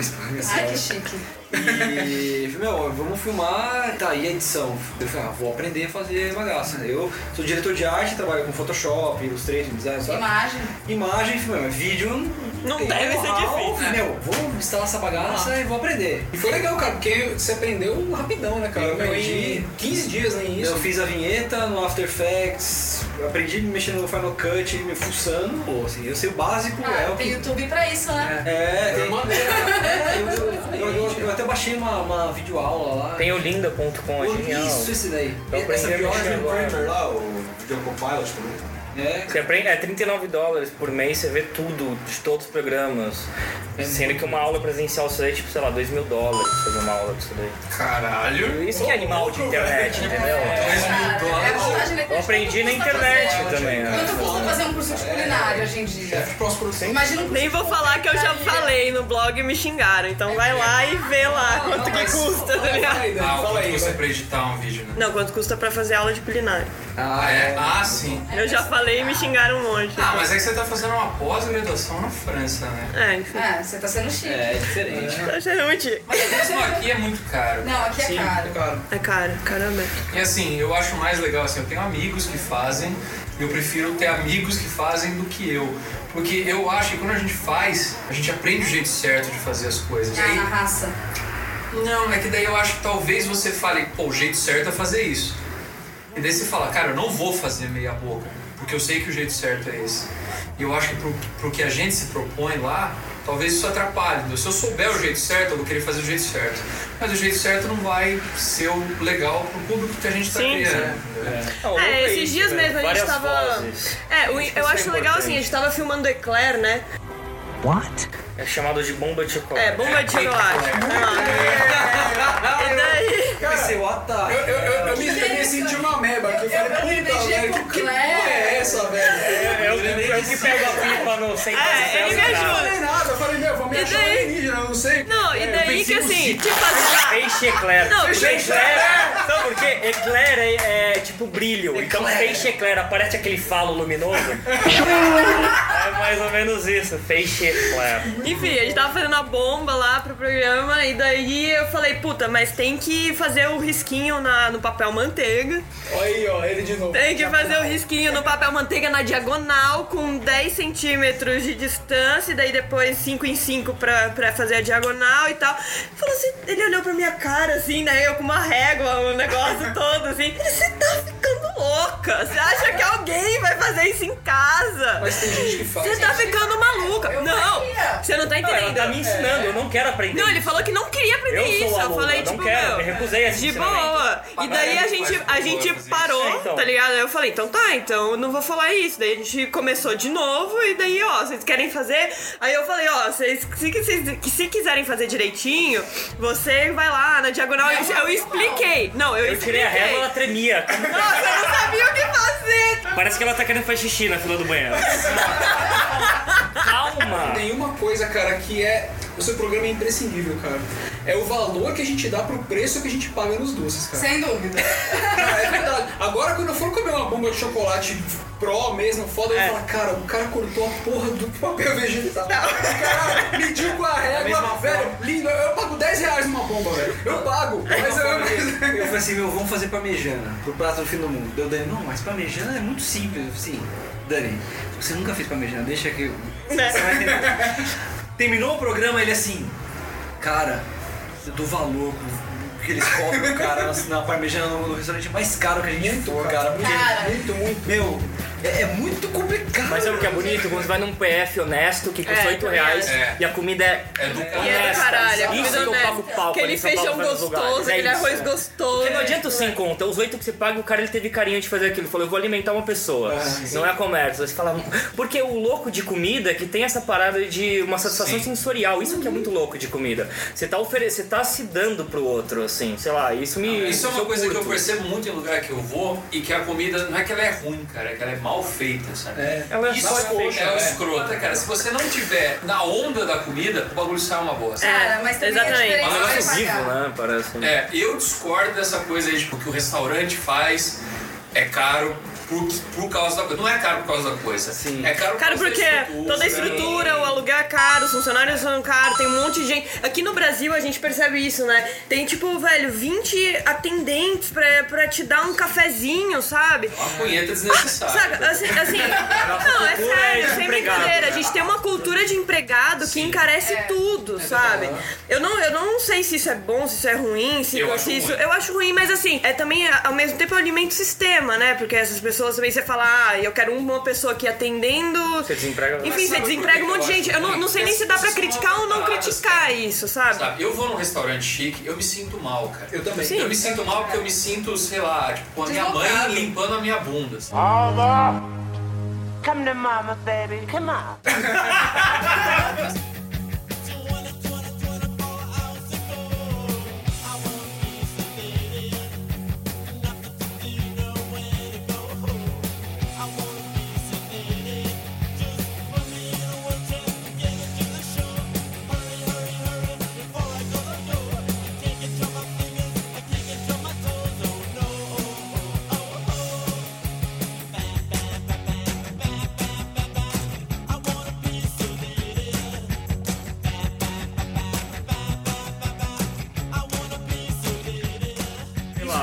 Speaker 5: Ai, que chique.
Speaker 7: E falei, meu, vamos filmar, tá, e a edição? Eu falei, ah, vou aprender a fazer bagaça. Eu sou diretor de arte, trabalho com Photoshop, Illustrator, design, sabe?
Speaker 5: Imagem.
Speaker 7: Imagem, falei, meu, é vídeo
Speaker 4: Não
Speaker 7: tem
Speaker 4: deve ser
Speaker 7: know-how.
Speaker 4: difícil. né? Ah.
Speaker 7: Meu, vou instalar essa bagaça e vou aprender.
Speaker 2: E foi legal, cara, porque você aprendeu rapidão, né, cara?
Speaker 7: Eu
Speaker 2: Meu,
Speaker 7: aprendi.
Speaker 2: em 15 dias nem isso.
Speaker 7: Eu fiz a vinheta no After Effects, aprendi mexendo no Final Cut, me fuçando, pô, assim, eu sei o básico, é o
Speaker 5: Ah,
Speaker 7: que
Speaker 5: tem YouTube pra isso, né?
Speaker 7: É, tem
Speaker 2: maneiro.
Speaker 7: É, eu, eu- eu- eu até baixei uma, uma videoaula lá.
Speaker 6: Tem Então, o linda.com, é
Speaker 7: Pô,
Speaker 6: genial.
Speaker 7: Isso, esse daí.
Speaker 6: Eu aprendi a é mexer agora.
Speaker 16: lá, o Video Copilot também.
Speaker 7: É.
Speaker 6: Você aprende, é 39 dólares por mês, você vê tudo, de todos os programas. Sendo que uma aula presencial só é tipo, sei lá, 2 mil dólares fazer uma aula disso daí.
Speaker 16: Caralho!
Speaker 6: Isso que é animal de internet, entendeu?
Speaker 5: é
Speaker 6: Eu aprendi na internet também. né?
Speaker 5: Quanto custa fazer um curso de culinária hoje em dia?
Speaker 7: É.
Speaker 5: Imagina um curso
Speaker 4: Nem vou falar que eu já falei no blog e me xingaram. Então vai lá e vê lá quanto que custa, tá ligado?
Speaker 8: Ah, o quanto custa pra editar um vídeo, né?
Speaker 4: Não, quanto custa pra fazer aula de culinária.
Speaker 8: Ah, é? Ah, sim.
Speaker 4: Eu já falei e me xingaram um monte.
Speaker 8: Ah, mas aí você tá fazendo uma pós-graduação na França, né?
Speaker 4: É, enfim.
Speaker 5: É, você tá sendo chique.
Speaker 7: É, diferente.
Speaker 4: Tá geralmente.
Speaker 8: Mas mesmo aqui é muito caro.
Speaker 5: Não, aqui é
Speaker 8: Sim,
Speaker 5: caro.
Speaker 8: É caro.
Speaker 4: É caro, caramba.
Speaker 8: E assim, eu acho mais legal, assim, eu tenho amigos que fazem, eu prefiro ter amigos que fazem do que eu. Porque eu acho que quando a gente faz, a gente aprende o jeito certo de fazer as coisas.
Speaker 5: Ah,
Speaker 8: Aí,
Speaker 5: na raça.
Speaker 8: não, é que daí eu acho que talvez você fale, pô, o jeito certo é fazer isso. E daí você fala, cara, eu não vou fazer meia boca, porque eu sei que o jeito certo é esse. E eu acho que pro, pro que a gente se propõe lá, talvez isso atrapalhe. entendeu? Se eu souber o jeito certo, eu vou querer fazer o jeito certo. Mas o jeito certo não vai ser o legal pro público que a gente tá
Speaker 4: Sim,
Speaker 8: criando.
Speaker 4: sim.
Speaker 8: né?
Speaker 6: Tá
Speaker 4: É, esses dias mesmo a gente tava. É, o- eu acho legal assim, a gente tava filmando Eclair, né?
Speaker 6: What? É chamado de bomba de chocolate.
Speaker 4: É, bomba de chocolate.
Speaker 2: É.
Speaker 4: E daí?
Speaker 7: Cara, Esse Wata.
Speaker 2: Eu, eu, eu, eu me,
Speaker 5: é
Speaker 2: eu me senti uma meba aqui. Eu falei, puta, velho, que que porra é essa, velho?
Speaker 6: É, eu, eu que pego a pipa no sem
Speaker 4: É, ele me
Speaker 2: Eu
Speaker 4: ajuda.
Speaker 2: falei nada, eu falei, meu, vou me
Speaker 4: E
Speaker 2: achar um
Speaker 4: daí?
Speaker 2: alienígena, eu um não sei.
Speaker 4: Não, e daí que assim, tipo assim.
Speaker 6: Peixe eclair.
Speaker 4: Não,
Speaker 6: peixe
Speaker 4: peixe
Speaker 6: eclair.
Speaker 4: eclair.
Speaker 6: Sabe por quê? Eclair é, é tipo brilho. Então peixe eclair aparece aquele falo luminoso. é mais ou menos isso. Peixe eclair.
Speaker 4: Enfim, a gente tava fazendo a bomba lá pro programa e daí eu falei, puta, mas tem que fazer o risquinho na, no papel manteiga.
Speaker 2: Olha aí, ó, ele de novo.
Speaker 4: Tem que fazer o risquinho no papel manteiga na diagonal com 10 centímetros de distância, e daí depois 5 em 5 pra, pra fazer a diagonal e tal. Falou assim, ele olhou pra minha cara assim, né? Eu com uma régua, o negócio todo assim. Ele, você tá ficando louca! Você acha que alguém vai fazer isso em casa?
Speaker 2: Mas tem gente que faz.
Speaker 4: Você tá ficando maluca! Não!
Speaker 5: faria.
Speaker 4: Você não tá
Speaker 6: Não, ela
Speaker 4: entendendo.
Speaker 6: tá me ensinando, eu não quero aprender.
Speaker 4: Não, ele falou que não queria aprender
Speaker 6: Eu sou
Speaker 4: isso.
Speaker 6: a
Speaker 4: eu
Speaker 6: louca,
Speaker 4: falei,
Speaker 6: eu não
Speaker 4: tipo,
Speaker 6: quero,
Speaker 4: meu,
Speaker 6: me recusei a esse
Speaker 4: de
Speaker 6: ensinamento.
Speaker 4: boa. E daí a gente, a gente parou,
Speaker 6: É, então.
Speaker 4: tá ligado? Aí eu falei, então tá, então eu não vou falar isso. Daí a gente começou de novo e daí, ó, vocês querem fazer? Aí eu falei, ó, vocês, se, que vocês- que se quiserem fazer direitinho, você vai lá na diagonal. Eu, eu expliquei. Não, eu,
Speaker 6: Eu tirei a régua, ela
Speaker 4: expliquei.
Speaker 6: tremia.
Speaker 4: Nossa, eu não sabia o que fazer.
Speaker 6: Parece que ela tá querendo fazer xixi na fila do banheiro. Calma!
Speaker 2: Nenhuma coisa, cara, que é. O seu programa é imprescindível, cara. É o valor que a gente dá pro preço que a gente paga nos doces, cara.
Speaker 5: Sem dúvida.
Speaker 2: Cara, é verdade. Agora, quando eu for comer uma bomba de chocolate pro mesmo, foda, eu vou falar, cara, o cara cortou a porra do papel vegetal. Caralho, mediu com a régua, velho, lindo. Eu pago 10 reais numa bomba, velho. Eu pago, mas eu.
Speaker 7: Eu falei assim, meu, vamos fazer parmejana pro prato do fim do mundo. Deu Dani, não, mas parmejana é muito simples. Eu falei assim, Dani, você nunca fez parmejana, deixa que eu.
Speaker 4: Né?
Speaker 7: Você vai entender. Terminou o programa, ele assim, cara, eu dou valor pro que eles cobram, cara, na parmejana no, no restaurante mais caro que a gente for, cara. Porque,
Speaker 5: Cara.
Speaker 2: Muito, muito.
Speaker 7: meu, é, é muito complicado.
Speaker 6: Mas sabe o que é bonito? Quando você vai num PF honesto que custa
Speaker 4: É,
Speaker 6: 8 reais
Speaker 8: é.
Speaker 6: e a comida é.
Speaker 8: É do
Speaker 4: E é do
Speaker 6: honesta.
Speaker 4: caralho, a
Speaker 6: Isso
Speaker 4: comida
Speaker 6: que eu
Speaker 4: honesta.
Speaker 6: pago pau quando
Speaker 4: Aquele
Speaker 6: em São
Speaker 4: feijão
Speaker 6: Paulo vai nos lugares,
Speaker 4: um gostoso,
Speaker 6: é
Speaker 4: aquele
Speaker 6: isso.
Speaker 4: arroz gostoso.
Speaker 6: Porque não adianta o 100 conta, é os 8 que você paga, o cara ele teve carinho de fazer aquilo. Ele falou, eu vou alimentar uma pessoa.
Speaker 8: Ah,
Speaker 6: não é comércio. Você fala, porque o louco de comida é que tem essa parada de uma satisfação sensorial. Isso que é muito louco de comida. Você tá, ofere... você tá se dando pro outro, assim, sei lá. Isso me.
Speaker 8: Isso é uma
Speaker 6: eu
Speaker 8: coisa que eu
Speaker 6: curto.
Speaker 8: percebo muito em lugar que eu vou e que a comida não é que ela é ruim, cara, é que ela é mal mal feita, sabe?
Speaker 2: É. Ela
Speaker 8: Ela
Speaker 2: é
Speaker 8: Isso
Speaker 2: mal feita,
Speaker 6: né?
Speaker 8: é o
Speaker 2: é.
Speaker 8: escrota, cara. Se você não tiver na onda da comida, o bagulho sai uma bosta.
Speaker 5: Cara, mas também é diferente.
Speaker 8: Mas
Speaker 5: você
Speaker 8: é
Speaker 5: pagar.
Speaker 6: né? Parece.
Speaker 8: É, eu discordo dessa coisa aí, tipo, que o restaurante faz é caro por, por causa da coisa. Não é caro por causa da coisa. É caro
Speaker 4: Cara,
Speaker 8: por causa da
Speaker 4: porque
Speaker 8: estrutura. né?
Speaker 4: toda a estrutura, o aluguel é caro, os funcionários são caros, tem um monte de gente. Aqui no Brasil a gente percebe isso, né? Tem tipo, velho, 20 atendentes pra, pra te dar um cafezinho, sabe?
Speaker 8: Uma punheta desnecessária.
Speaker 4: Saca? Assim, assim, não, é
Speaker 8: cultura é
Speaker 4: sério,
Speaker 8: de
Speaker 4: sem
Speaker 8: empregado,
Speaker 4: brincadeira. A
Speaker 8: né?
Speaker 4: gente tem uma cultura de empregado que encarece
Speaker 8: É
Speaker 4: tudo, sabe? Eu não, eu não sei se isso é bom, se isso é ruim, se,
Speaker 5: Eu
Speaker 4: se
Speaker 5: acho
Speaker 4: isso.
Speaker 5: ruim.
Speaker 4: Eu acho ruim, mas assim, é também a- ao mesmo tempo alimenta o sistema, né? Porque essas pessoas também você fala, ah, eu quero uma pessoa aqui atendendo.
Speaker 6: Você desemprega.
Speaker 4: Enfim, você
Speaker 8: Sabe por que
Speaker 4: desemprega um
Speaker 8: eu
Speaker 4: monte de
Speaker 8: acho
Speaker 4: gente. Eu não,
Speaker 8: ruim?
Speaker 4: não sei nem se dá pra criticar ou não criticar isso, sabe?
Speaker 8: Sabe, eu vou num restaurante chique, eu me sinto mal, cara. Eu
Speaker 2: também.
Speaker 8: Eu me sinto mal porque eu me sinto, sei lá, tipo, com a minha mãe
Speaker 10: Deslocado.
Speaker 8: limpando a minha bunda. assim.
Speaker 10: Come to mama, baby. Come on.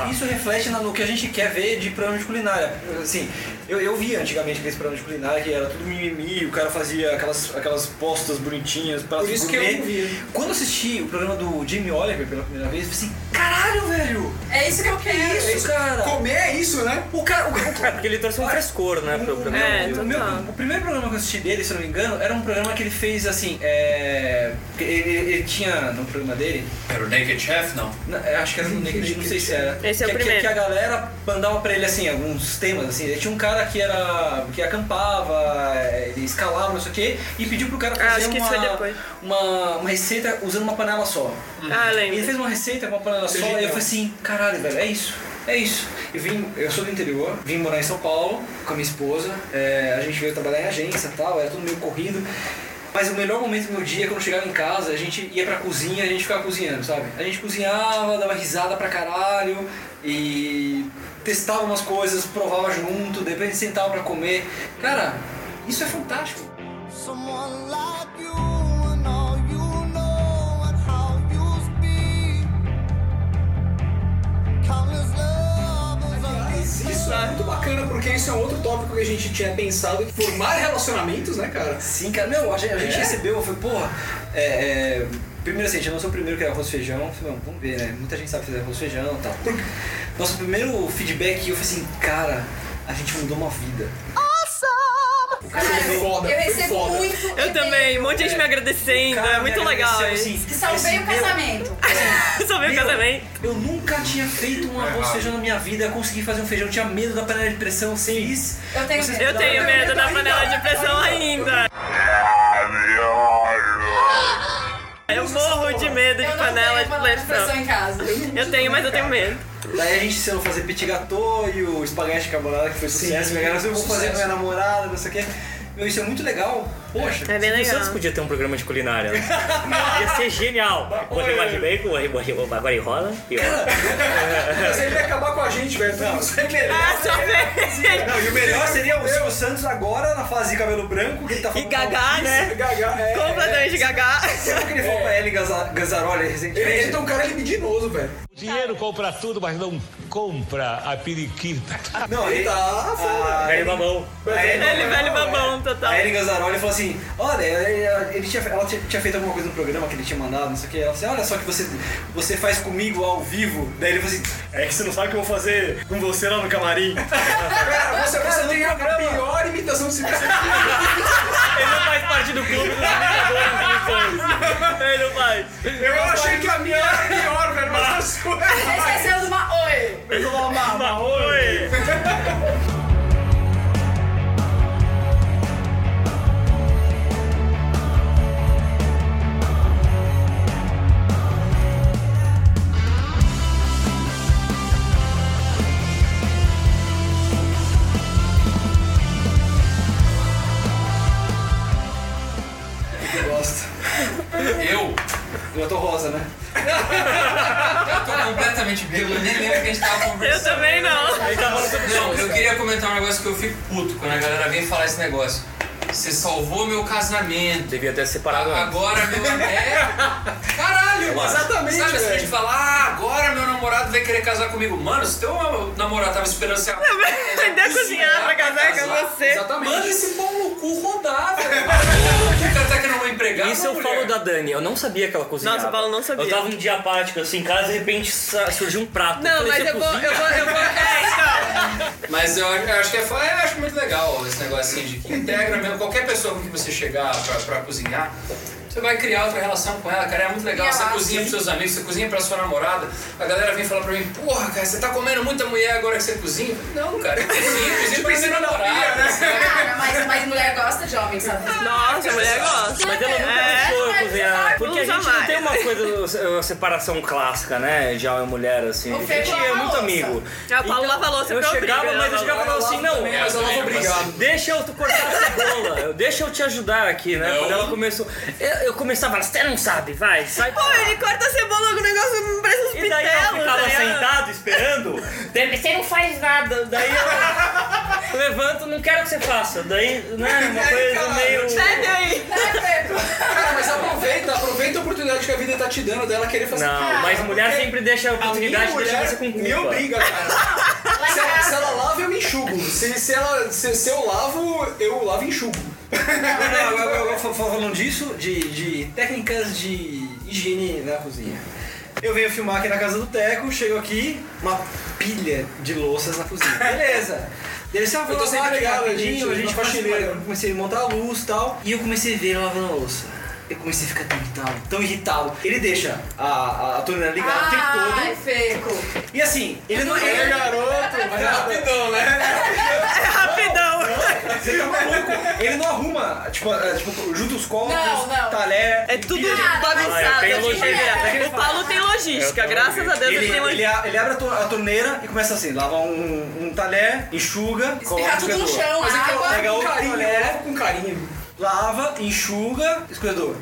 Speaker 7: Isso reflete na- no que a gente quer ver de programa de culinária. Assim, eu, eu via antigamente aqueles programas de culinária que era tudo mimimi, o cara fazia aquelas, aquelas postas bonitinhas para
Speaker 2: Por isso que eu não via.
Speaker 7: Quando eu assisti o programa do Jamie Oliver pela primeira vez, eu falei assim, caralho, velho!
Speaker 5: É isso que eu quero.
Speaker 7: É isso, cara!
Speaker 2: Comer é isso, né?
Speaker 7: O cara... O cara
Speaker 6: Porque ele trouxe um frescor, né, pro programa.
Speaker 7: o, meu- o primeiro programa que eu assisti dele, se eu não me engano, era um programa que ele fez assim. É, ele, ele tinha no programa dele.
Speaker 8: Era o Naked Chef? Não.
Speaker 7: eu é, Acho que era no Naked, não sei se era.
Speaker 4: Esse é o
Speaker 7: que, que-
Speaker 4: primeiro.
Speaker 7: Que, a galera mandava pra ele assim, alguns temas. assim. Ele tinha um cara que era. que acampava, ele escalava, não sei o quê, e pediu pro cara
Speaker 4: Ah,
Speaker 7: fazer
Speaker 4: acho que isso
Speaker 7: uma,
Speaker 4: foi depois.
Speaker 7: uma, uma receita usando uma panela só.
Speaker 4: Ah, lembro.
Speaker 8: é
Speaker 7: Ele fez uma receita com uma panela só,
Speaker 4: Isso é
Speaker 7: e eu
Speaker 4: genial.
Speaker 7: falei assim, caralho, velho, é isso. É isso. Eu vim, eu sou do interior, vim morar em São Paulo com a minha esposa, é, a gente veio trabalhar em agência e tal, era tudo meio corrido. Mas o melhor momento do meu dia, é quando eu chegava em casa, a gente ia pra cozinha, a gente ficava cozinhando, sabe? A gente cozinhava, dava risada pra caralho e testava umas coisas, provava junto, depois a gente sentava pra comer. Cara, isso é fantástico.
Speaker 10: Someone like you and all you know and how you speak. Countless lovers on this
Speaker 2: Isso é muito bacana, porque isso é um outro tópico que a gente tinha pensado. Formar relacionamentos, né, cara?
Speaker 7: Sim, cara. Não, a gente, a gente recebeu, foi, porra, é, é, primeiro assim, a gente lançou o primeiro que era arroz e feijão, eu falei, "Não, vamos ver, né? Muita gente sabe fazer arroz e feijão e tal. Nosso primeiro feedback, eu falei assim, cara, a gente mudou uma vida.
Speaker 10: Awesome!
Speaker 7: Foi foda,
Speaker 5: eu
Speaker 7: foi
Speaker 5: recebo
Speaker 7: foda.
Speaker 5: muito.
Speaker 4: Eu também, um monte de gente me
Speaker 2: né?
Speaker 4: agradecendo, é muito legal.
Speaker 7: assim,
Speaker 8: assim.
Speaker 4: isso.
Speaker 5: Que salvei o casamento.
Speaker 4: Salvei o casamento.
Speaker 7: Eu nunca tinha feito um arroz e feijão na minha vida, consegui fazer um feijão, tinha medo da panela de pressão, fiz.
Speaker 5: Eu tenho
Speaker 4: medo. Eu tenho medo da panela de pressão ainda. Eu morro de medo de panela de pressão.
Speaker 5: em casa.
Speaker 4: Eu tenho, mas eu tenho medo.
Speaker 7: Daí a gente ensinou a fazer petit gâteau e o espaguete carbonara, que foi sucesso. né?
Speaker 6: Sim.
Speaker 7: minha galera, eu vou fazer com
Speaker 6: Sucesso.
Speaker 7: minha namorada, não sei o quê. Meu, isso é muito legal. Poxa,
Speaker 4: É bem
Speaker 6: O Santos
Speaker 4: legal.
Speaker 6: podia ter um programa de culinária. né? Ia ser genial. Bota mais de bacon, agora enrola. e-
Speaker 7: É.
Speaker 2: Mas ele vai acabar com a gente, velho. Não, isso é melhor.
Speaker 4: Ah, só
Speaker 7: Não, e o melhor seria o Silvio Santos agora na fase de cabelo branco, que ele tá falando.
Speaker 4: E gagá,
Speaker 7: maluquice.
Speaker 4: né?
Speaker 2: Gagá, é.
Speaker 4: Completamente gagá.
Speaker 7: Sabe o que ele falou pra Ellen Gaza- Gazzaroli recentemente?
Speaker 2: Ele tá um cara libidinoso, velho.
Speaker 15: O dinheiro compra tudo, mas não compra a periquita.
Speaker 7: Não, ele tá.
Speaker 15: foda. Velho
Speaker 6: babão.
Speaker 7: né?
Speaker 4: Ele velho babão, total.
Speaker 7: A Ellen Gazzaroli falou assim: olha, é, ele ele tinha, ela tinha, tinha feito alguma coisa no programa que ele tinha mandado, não sei o que. Ela falou assim: olha só que você, você faz comigo ao vivo. Daí ele falou assim: é que você não sabe o que eu vou fazer com você lá no camarim.
Speaker 2: Cara, você, você
Speaker 7: um
Speaker 2: tem a pior imitação de si mesmo. Ele
Speaker 6: não faz parte do clube dos imitadores de Ele não faz.
Speaker 2: Eu achei
Speaker 7: um
Speaker 2: que a minha era pior, velho, mas a sua
Speaker 5: Ele esqueceu de uma oi.
Speaker 2: Eu vou amar.
Speaker 6: Oi!
Speaker 10: Thank
Speaker 7: gosta.
Speaker 8: Eu?
Speaker 7: Eu tô rosa, né?
Speaker 8: Eu tô completamente bêbado, nem lembro que a gente tava conversando.
Speaker 4: Eu também não.
Speaker 8: Ele tava falando Não, eu queria comentar um negócio que eu fico puto quando a galera vem falar esse negócio. Você salvou meu casamento.
Speaker 6: Devia ter separado antes.
Speaker 8: Agora meu. É. Caralho, mano.
Speaker 7: Exatamente,
Speaker 8: Sabe assim, a
Speaker 7: velho.
Speaker 8: gente fala, ah, agora meu namorado vai querer casar comigo. Mano, se teu namorado tava esperando
Speaker 7: É
Speaker 8: você.
Speaker 4: Aprender a cozinhar pra casar com você.
Speaker 8: Manda esse pão no cu rodar, velho. O cara tá querendo uma empregada.
Speaker 6: Isso eu falo da Dani, eu não sabia que ela cozinhava.
Speaker 4: Nossa, o Paulo não sabia.
Speaker 6: Eu tava um dia apático, assim, em casa, de repente sa- surgiu um prato.
Speaker 4: Não,
Speaker 6: falei,
Speaker 4: mas
Speaker 6: "Você
Speaker 4: eu vou,
Speaker 6: cozinha?"
Speaker 4: eu vou, eu vou. É, então.
Speaker 8: Mas eu, eu acho que é, eu acho muito legal esse negócio assim de que integra mesmo qualquer pessoa com que você chegar pra, pra cozinhar. Você vai criar outra relação com ela, cara. É muito legal.
Speaker 16: E
Speaker 8: Você
Speaker 16: ela,
Speaker 8: cozinha
Speaker 16: sim.
Speaker 8: pros seus amigos, você cozinha pra sua namorada. A galera vem falar pra mim: Porra, cara, você tá comendo muita mulher agora que você cozinha? Não, cara, é eu
Speaker 2: Tipo
Speaker 8: cozinho, cozinho
Speaker 2: assim,
Speaker 8: pra minha namorada. né?
Speaker 5: Cara, mas, mas mulher gosta de homem, sabe?
Speaker 4: Nossa, mulher gosta.
Speaker 6: Mas ela nunca
Speaker 4: É,
Speaker 6: deixou eu
Speaker 4: mas
Speaker 6: cozinhar.
Speaker 4: jamais,
Speaker 6: Porque a
Speaker 4: nunca
Speaker 6: gente não
Speaker 4: mais.
Speaker 6: tem uma coisa, uma separação clássica, né? De homem e mulher, assim.
Speaker 4: O
Speaker 6: A
Speaker 4: Fê
Speaker 6: gente
Speaker 4: lava
Speaker 6: é
Speaker 4: a
Speaker 6: muito
Speaker 4: louça.
Speaker 6: amigo. Então,
Speaker 4: É, o Paulo lava a louça,
Speaker 6: Eu
Speaker 4: porque eu
Speaker 6: chegava,
Speaker 4: brigo,
Speaker 6: mas eu
Speaker 4: eu
Speaker 6: chegava e falava assim,
Speaker 4: lavo a
Speaker 6: não,
Speaker 4: louça. né?"
Speaker 6: mas eu lavo obrigado. Deixa eu cortar a cebola. Eu- Deixa eu te ajudar aqui, né? Quando ela começou. Eu, eu começava, você não sabe, vai, sai.
Speaker 4: Pô, ele corta a cebola com o negócio, parece uns
Speaker 6: E daí
Speaker 4: pitelos.
Speaker 6: eu ficava
Speaker 4: tá ligado?
Speaker 6: sentado esperando. Daí, Você não faz nada. Daí eu levanto, não quero que você faça. Daí, né? Uma coisa meio.
Speaker 4: Pega aí.
Speaker 5: é
Speaker 2: Cara, mas aproveita, aproveita a oportunidade que a vida tá te dando dela querer fazer.
Speaker 6: Não, mas mulher sempre deixa a oportunidade
Speaker 2: minha
Speaker 6: de deixar
Speaker 2: mulher
Speaker 6: você com culpa.
Speaker 2: Me obriga, cara. se, ela, se ela lava, eu me enxugo. Se, se, ela, se, se eu lavo, eu lavo e enxugo.
Speaker 7: Não, agora, agora fal- fal- falando disso, de, de técnicas de higiene na cozinha. Eu venho filmar aqui na casa do Teco, chego aqui, uma pilha de louças na cozinha. Beleza! Deve ser uma
Speaker 2: Eu tô sempre ligado, gente,
Speaker 7: a gente
Speaker 2: uma
Speaker 7: comecei,
Speaker 2: faxineira.
Speaker 7: eu comecei a montar a luz e tal. E eu comecei a ver ele lavando a louça. Eu comecei a ficar tão irritado, tão irritado. Ele deixa a, a, a torneira ligada o tempo todo.
Speaker 5: Ai, Feco.
Speaker 7: E assim, ele não.
Speaker 5: É
Speaker 7: ele-
Speaker 5: garoto,
Speaker 7: Não,
Speaker 5: é rapidão,
Speaker 2: né?
Speaker 7: É
Speaker 4: rapidão.
Speaker 7: Você tá maluco? Ele não arruma, tipo, é, tipo junta os copos,
Speaker 4: Não, não.
Speaker 7: talher.
Speaker 4: É tudo
Speaker 7: Ah,
Speaker 4: bagunçado.
Speaker 7: eu tenho
Speaker 4: eu te
Speaker 7: logística.
Speaker 4: juro.
Speaker 7: É que ele
Speaker 4: O
Speaker 7: fala.
Speaker 4: Paulo tem logística, graças a Deus ele,
Speaker 7: ele,
Speaker 4: tem
Speaker 7: ele, é-
Speaker 4: logística.
Speaker 7: a- ele abre a, to- a torneira e começa assim, lava um, um talher, enxuga, coloca
Speaker 4: tudo no
Speaker 7: escorredor.
Speaker 4: chão,
Speaker 7: Mas é que
Speaker 4: água,
Speaker 7: pega
Speaker 4: com
Speaker 7: outro
Speaker 4: carinho,
Speaker 7: talher, com carinho. Lava, enxuga, escorredor.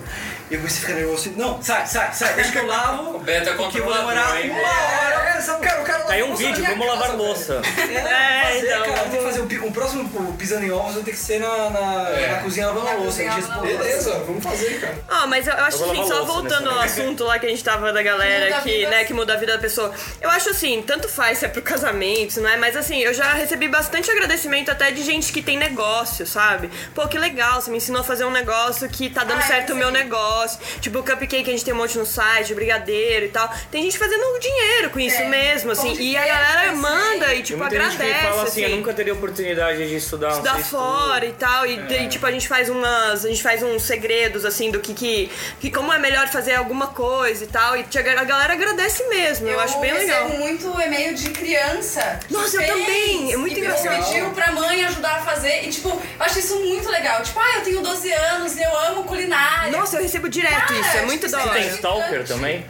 Speaker 7: E eu comecei a ficar nervoso assim, não, sai, sai, sai, deixa que eu lavo. O
Speaker 8: Beta
Speaker 7: porque eu vou
Speaker 8: controlador,
Speaker 7: demorar
Speaker 8: hein?
Speaker 7: uma hora. Cara, sabe, cara, o cara lava
Speaker 6: Caiu um
Speaker 7: a louça
Speaker 6: vídeo,
Speaker 7: na minha
Speaker 6: vamos
Speaker 7: casa,
Speaker 6: lavar louça.
Speaker 7: É,
Speaker 6: É,
Speaker 7: fazer,
Speaker 6: então.
Speaker 7: cara, tem que fazer um, pi- um próximo pi- pisando em ovos, vai ter que ser na, na,
Speaker 6: É.
Speaker 7: na cozinha lavando
Speaker 5: Tá
Speaker 7: a louça.
Speaker 4: cozinha
Speaker 7: dias
Speaker 4: lavando
Speaker 7: por-
Speaker 4: a
Speaker 7: Beleza, vamos fazer, cara.
Speaker 4: Ó, mas eu, eu acho
Speaker 7: Eu vou
Speaker 4: assim,
Speaker 7: lavar
Speaker 4: só
Speaker 7: louça
Speaker 4: voltando
Speaker 7: nessa
Speaker 4: ao
Speaker 7: hora.
Speaker 4: assunto lá que a gente tava da
Speaker 5: Muda
Speaker 4: galera
Speaker 5: a
Speaker 4: que,
Speaker 5: vida.
Speaker 4: né, que muda a vida da pessoa. Eu acho assim, tanto faz se é pro casamento, se não é, mas assim, eu já recebi bastante agradecimento até de gente que tem negócio, sabe? Pô, que legal, você me ensinou a fazer um negócio que tá dando
Speaker 5: Ah,
Speaker 4: certo
Speaker 5: eu
Speaker 4: o meu negócio. Tipo, o cupcake a gente tem um monte no site, brigadeiro e tal. Tem gente fazendo dinheiro com isso
Speaker 5: É,
Speaker 4: mesmo, assim.
Speaker 5: pão de
Speaker 4: E a
Speaker 5: queijo,
Speaker 4: galera
Speaker 5: assim.
Speaker 4: manda e,
Speaker 6: Tem
Speaker 4: tipo,
Speaker 6: muita
Speaker 4: agradece.
Speaker 6: gente que fala assim,
Speaker 4: assim
Speaker 6: eu nunca teria oportunidade de estudar. não
Speaker 4: estudar
Speaker 6: sei se tu-
Speaker 4: fora e tal. E, e, tipo, a gente faz umas. A gente faz uns segredos, assim, do que, que, que como é melhor fazer alguma coisa e tal. E te- a galera agradece mesmo. Eu, acho bem legal.
Speaker 5: recebo muito e-mail de criança.
Speaker 4: Nossa, eu
Speaker 5: Fez,
Speaker 4: também, é muito
Speaker 5: que
Speaker 4: engraçado.
Speaker 5: pediu pra mãe ajudar a fazer. E, tipo, eu acho isso muito legal. Tipo, ah, eu tenho 12 anos, eu amo culinária.
Speaker 4: Nossa, eu recebo direto
Speaker 5: Cara,
Speaker 4: isso, é muito da
Speaker 6: Você
Speaker 4: hora.
Speaker 6: tem stalker também?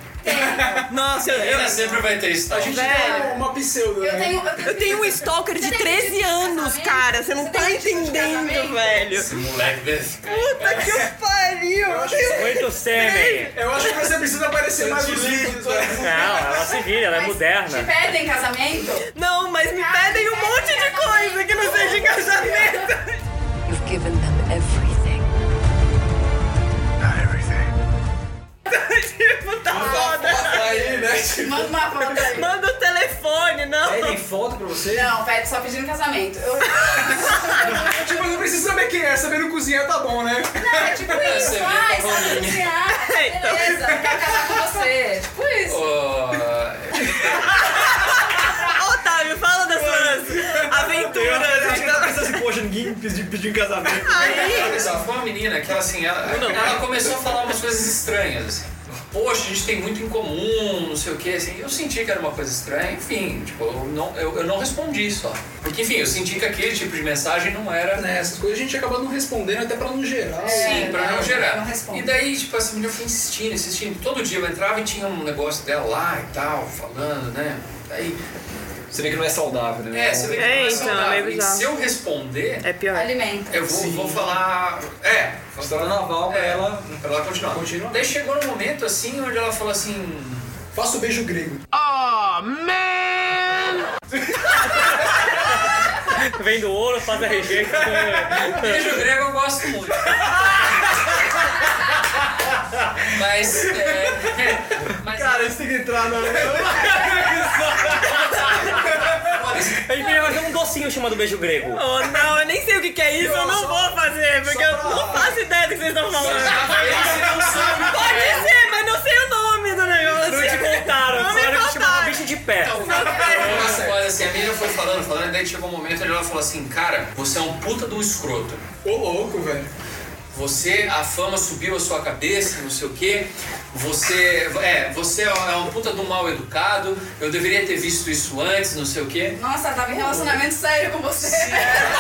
Speaker 4: Nossa,
Speaker 6: eu-
Speaker 8: Ela sempre vai ter isso.
Speaker 6: A gente
Speaker 4: Velho.
Speaker 2: Uma pseudo.
Speaker 5: Eu tenho,
Speaker 4: Eu tenho um stalker de 13 anos, cara. Você não tá entendendo, velho.
Speaker 8: Esse moleque desse.
Speaker 4: Puta que pariu!
Speaker 6: Muito sêmen.
Speaker 2: Eu acho que você precisa aparecer mais nos vídeos, né?
Speaker 6: Não, ela se vira, ela é
Speaker 5: Te
Speaker 6: moderna.
Speaker 5: pedem casamento?
Speaker 4: Não, mas me pedem um monte de coisa que não seja casamento.
Speaker 17: You've given them everything.
Speaker 10: Not everything.
Speaker 4: tipo, tá foda.
Speaker 8: né? Tipo,
Speaker 5: Manda uma foto aí.
Speaker 4: Manda o telefone, não.
Speaker 7: Pedem foto pra você?
Speaker 5: Não, pede só pedindo casamento. Eu...
Speaker 2: tipo, não precisa saber quem é, sabendo cozinhar tá bom, né? é.
Speaker 5: Não, é tipo isso. Ai, sabe cozinhar. Beleza, quero casar com você. Tipo isso.
Speaker 4: Otávio, fala das suas aventuras.
Speaker 7: Ela pensa assim, poxa, ninguém pediu, pediu em casamento.
Speaker 8: Aí. Essa foi uma menina que ela, assim, ela, ela começou a falar umas coisas estranhas, assim. Poxa, a gente tem muito em comum, não sei o que, assim. Eu senti que era uma coisa estranha, enfim, tipo, eu não, eu, eu não respondi só. Porque, enfim, eu senti que aquele tipo de mensagem não era.
Speaker 2: Né, essas coisas a gente acaba não respondendo até pra não gerar.
Speaker 8: Sim, pra É, não gerar.
Speaker 2: responde.
Speaker 8: e daí, tipo, essa menina foi insistindo, insistindo. Todo dia eu entrava e tinha um negócio dela lá e tal, falando, né? Daí,
Speaker 7: Você vê que não é saudável, né?
Speaker 8: É, você vê que não é saudável. E se eu responder,
Speaker 4: é pior.
Speaker 5: Alimenta.
Speaker 8: eu vou, vou falar. É,
Speaker 7: História naval pra ela,
Speaker 8: pra ela continuar. Daí chegou num momento assim onde ela falou assim.
Speaker 2: Faça o beijo grego.
Speaker 8: Oh, man!
Speaker 2: tipo-
Speaker 6: Vem do ouro, faz a rejeita.
Speaker 8: Beijo grego eu gosto muito. Mas. é,
Speaker 7: Cara, isso tem que entrar na.
Speaker 8: assim,
Speaker 6: A gente podia fazer um docinho chamado beijo grego.
Speaker 4: Oh, não, eu nem sei o que, que é isso, eu não vou fazer, porque eu não faço ideia do que vocês estão falando. Pode ser, mas não sei o nome do negócio.
Speaker 6: Não te contaram,
Speaker 4: Não me
Speaker 6: falaram que chamava
Speaker 4: contaram.
Speaker 6: bicho de pé.
Speaker 2: Então,
Speaker 8: Nossa, mas assim, a menina foi falando, falando, daí chegou um momento onde ela falou assim, cara, você é um puta de um escroto.
Speaker 2: Ô louco, velho.
Speaker 8: Você, a fama subiu a sua cabeça, não sei o quê. Você. É, você é um puta de um mal educado, eu deveria ter visto isso antes, não sei o quê.
Speaker 5: Nossa, ela tava em relacionamento sério com você.
Speaker 2: é.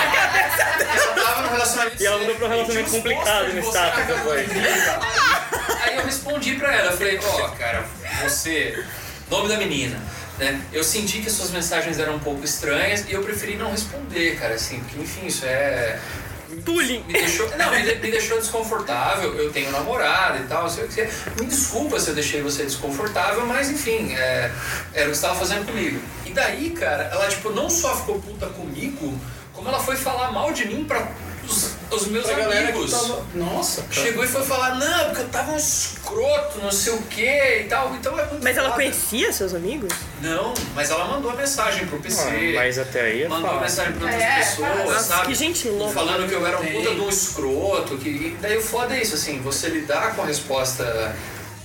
Speaker 8: Ela tava num relacionamento.
Speaker 6: E ela mudou pra um relacionamento complicado no status depois.
Speaker 8: Aí eu respondi pra ela, eu falei, ó, cara, você. Nome da menina. Né? Eu senti que as suas mensagens eram um pouco estranhas e eu preferi não responder, cara, assim, porque enfim, isso é.
Speaker 4: Bullying.
Speaker 8: Me deixou, não, me, de- me deixou desconfortável. Eu tenho namorada e tal, não sei o que. é. Me desculpa se eu deixei você desconfortável, mas enfim, é, era o que você estava fazendo comigo. E daí, cara, ela tipo, não só ficou puta comigo, como ela foi falar mal de mim pra os, os meus
Speaker 2: Pra galera que
Speaker 8: amigos.
Speaker 2: tava- Nossa, cara.
Speaker 8: Chegou e foi falar, não, porque eu tava um escroto, não sei o que e tal. Então é muito
Speaker 4: Mas ela
Speaker 8: foda.
Speaker 4: conhecia seus amigos?
Speaker 8: Não, mas ela mandou mensagem pro PC.
Speaker 6: Ah, mas até aí é
Speaker 8: Mandou
Speaker 6: fácil.
Speaker 8: mensagem pra outras
Speaker 4: É,
Speaker 8: pessoas,
Speaker 4: fala. Nossa,
Speaker 8: sabe?
Speaker 4: que gente louca.
Speaker 8: Falando que eu era um puta de um escroto. Que... e Daí o foda é isso, assim, você lidar com a resposta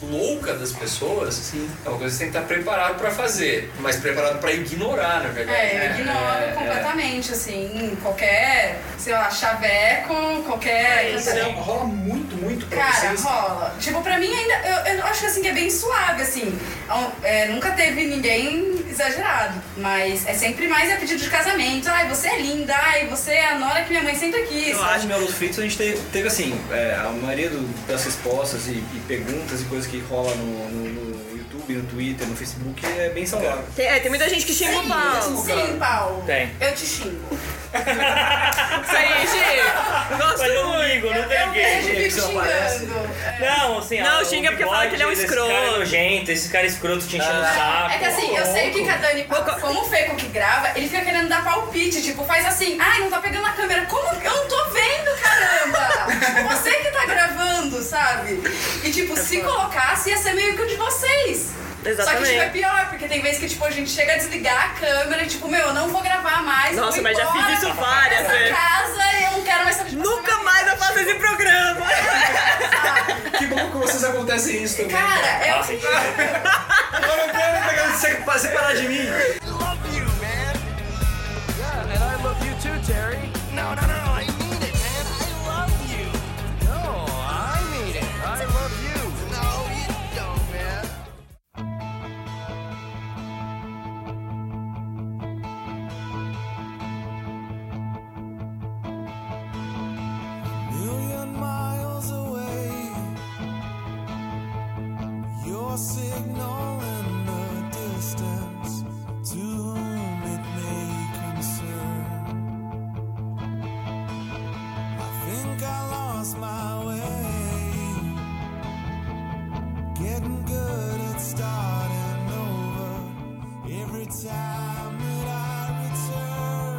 Speaker 8: louca das pessoas é uma coisa que você tem que estar preparado pra fazer, mas preparado pra ignorar, na verdade.
Speaker 5: É, eu
Speaker 8: né?
Speaker 5: ignoro
Speaker 8: É,
Speaker 5: completamente, assim, qualquer, sei lá, chaveco,
Speaker 2: É,
Speaker 5: qualquer.
Speaker 2: Rola muito, muito pra
Speaker 5: Cara,
Speaker 2: vocês.
Speaker 5: rola. Tipo, pra mim ainda, eu, eu acho que assim que é bem suave, assim. É, nunca teve ninguém exagerado, mas é sempre mais a pedido de casamento. Ai, você é linda, ai, você é a nora que minha mãe sempre quis.
Speaker 7: Eu acho que Melos Fritos a gente teve, teve assim, é, a maioria do- das respostas e, e perguntas e coisas que rola no, no- no YouTube, no Twitter, no Facebook é bem saudável.
Speaker 4: Tem, é, tem muita gente que xinga o
Speaker 5: Sim,
Speaker 4: Paulo.
Speaker 5: Sim, Paulo.
Speaker 7: Tem.
Speaker 5: Eu te xingo.
Speaker 4: Isso aí, Gi. Gosto
Speaker 6: Mas eu
Speaker 4: muito.
Speaker 6: não ligo, não tem
Speaker 5: vejo
Speaker 6: ninguém.
Speaker 5: e fico xingando.
Speaker 6: Não, assim,
Speaker 4: Não,
Speaker 6: ah, o
Speaker 4: xinga porque
Speaker 6: bigode
Speaker 4: fala que ele é um
Speaker 6: desse
Speaker 4: escroto.
Speaker 6: Cara é nojento, esse cara é escroto te enchendo o saco.
Speaker 5: É que assim, eu sei que a Dani, como o Feco que grava, ele fica querendo dar palpite, tipo, faz assim, ai, não tá pegando a câmera, como eu não tô vendo, caramba? Você que tá gravando, sabe? E tipo, se colocasse, ia ser meio que o de vocês. Só que
Speaker 4: Exatamente.
Speaker 5: tipo, é pior, porque tem vezes que tipo, a gente chega a desligar a câmera e tipo, meu, eu não vou gravar mais. eu
Speaker 4: Nossa,
Speaker 5: vou
Speaker 4: mas já
Speaker 5: embora,
Speaker 4: fiz isso
Speaker 5: vou
Speaker 4: várias
Speaker 5: pra
Speaker 4: vezes.
Speaker 5: casa, eu não quero mais saber de
Speaker 4: Nunca mais eu faço esse programa.
Speaker 2: Que bom que vocês acontecem isso também.
Speaker 5: Cara, é eu fico.
Speaker 7: Eu não quero pegar É, você pra separar de mim.
Speaker 10: Yeah, and I love you too, Terry. No, no, no, I mean it, man. I love you. No, I mean it. I love you. No, you don't, man.
Speaker 13: million miles away. Your signal in the distance, to whom it may concern. I think I lost my way, getting good at starting over every time that I return.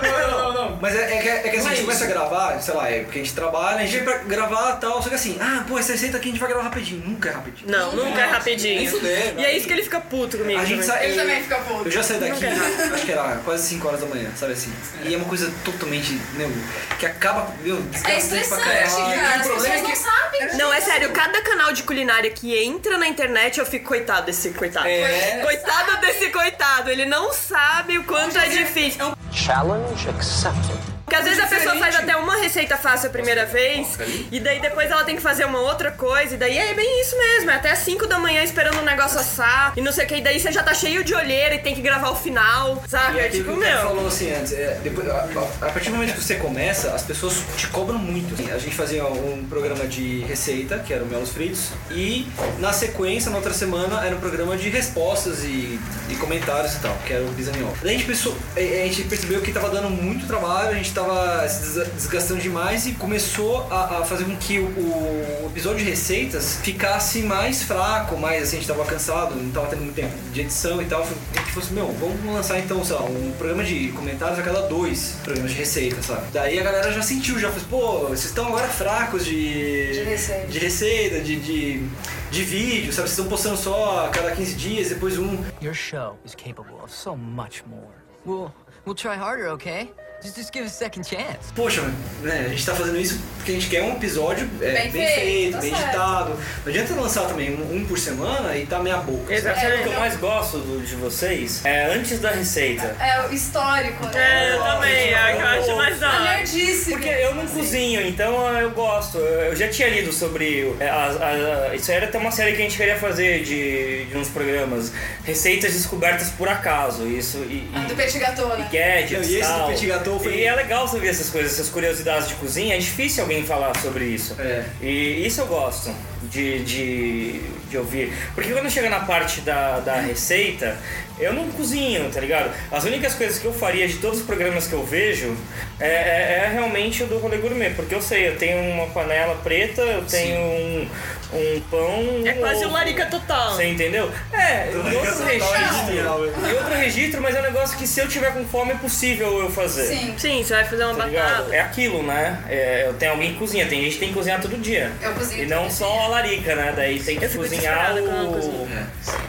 Speaker 7: Não, não, não. Mas é, é que, é que assim, a gente começa a gravar, sei lá, é porque a gente trabalha, a gente vem pra gravar e tal, só que assim, ah, pô, essa receita aqui a gente vai gravar rapidinho. Nunca é rapidinho.
Speaker 4: Não, nunca é
Speaker 7: Nem
Speaker 4: rapidinho.
Speaker 7: fudendo.
Speaker 4: E é isso que ele fica puto comigo.
Speaker 7: A gente
Speaker 4: também.
Speaker 7: sai.
Speaker 5: puto.
Speaker 7: Eu já saí daqui,
Speaker 4: Nunca é
Speaker 7: acho que era quase 5 horas da manhã, sabe assim? E é uma coisa totalmente, meu, que acaba, meu,
Speaker 5: É
Speaker 7: desgastante pra
Speaker 5: estressante,
Speaker 7: caralho.
Speaker 5: cara. As pessoas não sabem.
Speaker 4: Não, é sério, cada canal de culinária que entra na internet eu fico coitado desse coitado.
Speaker 7: É.
Speaker 4: Coitado
Speaker 7: um
Speaker 4: desse coitado, ele não sabe o quanto é difícil.
Speaker 14: Challenge accepted.
Speaker 4: Porque às vezes a pessoa
Speaker 5: Diferente.
Speaker 4: faz até uma receita fácil a primeira vez, e daí depois ela tem que fazer uma outra coisa, e daí é bem isso mesmo, é até 5 da manhã esperando o negócio assar, e não sei o que, e daí você já tá cheio de olheira e tem que gravar o final, sabe?
Speaker 7: E
Speaker 4: É
Speaker 7: aquilo
Speaker 4: tipo,
Speaker 7: que o cara
Speaker 4: meu.
Speaker 7: falou assim antes, é, depois, a, a- a partir do momento que você começa, as pessoas te cobram muito. Assim, A gente fazia um programa de receita, que era o Melos Fritos, e na sequência, na outra semana, era um programa de respostas e, e comentários e tal, que era o Bisaniol. Daí a gente, pensou- a- a gente percebeu que tava dando muito trabalho, a gente tava se des- desgastando demais e começou a, a fazer com que o, o episódio de receitas ficasse mais fraco, mais assim, a gente tava cansado, não tava tendo muito tempo de edição e tal. Foi- A gente falou assim, meu, vamos lançar então, sei lá, um programa de comentários a cada dois programas de receitas, sabe? Daí a galera já sentiu, já falou, pô, vocês estão agora fracos de.
Speaker 5: De receita.
Speaker 7: De receita, de. de, de vídeo, sabe? Vocês estão postando só a cada 15 dias, depois um.
Speaker 14: Your show is capable of so much more.
Speaker 18: We'll we'll try harder, okay? Just just give it a second chance.
Speaker 7: Poxa, né, a gente tá fazendo isso porque a gente quer um episódio é,
Speaker 18: Bem
Speaker 7: bem,
Speaker 18: feito,
Speaker 7: feito,
Speaker 18: tá
Speaker 7: bem
Speaker 18: certo.
Speaker 7: editado. Não adianta lançar também um, um por semana e tá meia boca.
Speaker 6: Exato. Sabe o que eu mais gosto do- de vocês? É antes da receita.
Speaker 5: É o histórico, né?
Speaker 6: É, eu também, é o que eu acho mais da hora.
Speaker 5: A nerdice.
Speaker 6: Porque eu não cozinho, então ah, eu gosto. Eu eu já tinha lido sobre. é, as- a- a- isso era até uma série que a gente queria fazer de, de uns programas. Receitas descobertas por acaso. Isso. E, e-
Speaker 5: Do Petit Gâteau, né?
Speaker 6: e gadgets
Speaker 7: Não, e esse
Speaker 6: tal.
Speaker 7: do Petit Gâteau foi-
Speaker 6: E é legal saber essas coisas, essas curiosidades de cozinha. É difícil alguém falar sobre isso.
Speaker 7: É.
Speaker 6: E isso eu gosto de, de, de ouvir. Porque quando chega na parte da, da receita, eu não cozinho, tá ligado? As únicas coisas que eu faria de todos os programas que eu vejo é, é- é realmente o do rolê gourmet. Porque eu sei, eu tenho uma panela preta, eu tenho um, um pão... um
Speaker 4: É quase o larica total.
Speaker 6: Você entendeu? É, e outro registro. E outro registro, mas é um negócio que se eu tiver com fome é possível eu fazer.
Speaker 4: Sim. Sim, você vai fazer uma
Speaker 6: Tá ligado?
Speaker 4: batata.
Speaker 6: É aquilo, né? É, eu tenho alguém que cozinha, tem gente que tem que cozinhar todo dia.
Speaker 4: Eu cozinho
Speaker 6: E não só a larica, né? Daí tem que
Speaker 4: fico
Speaker 6: cozinhar
Speaker 4: desesperada quando eu
Speaker 6: o,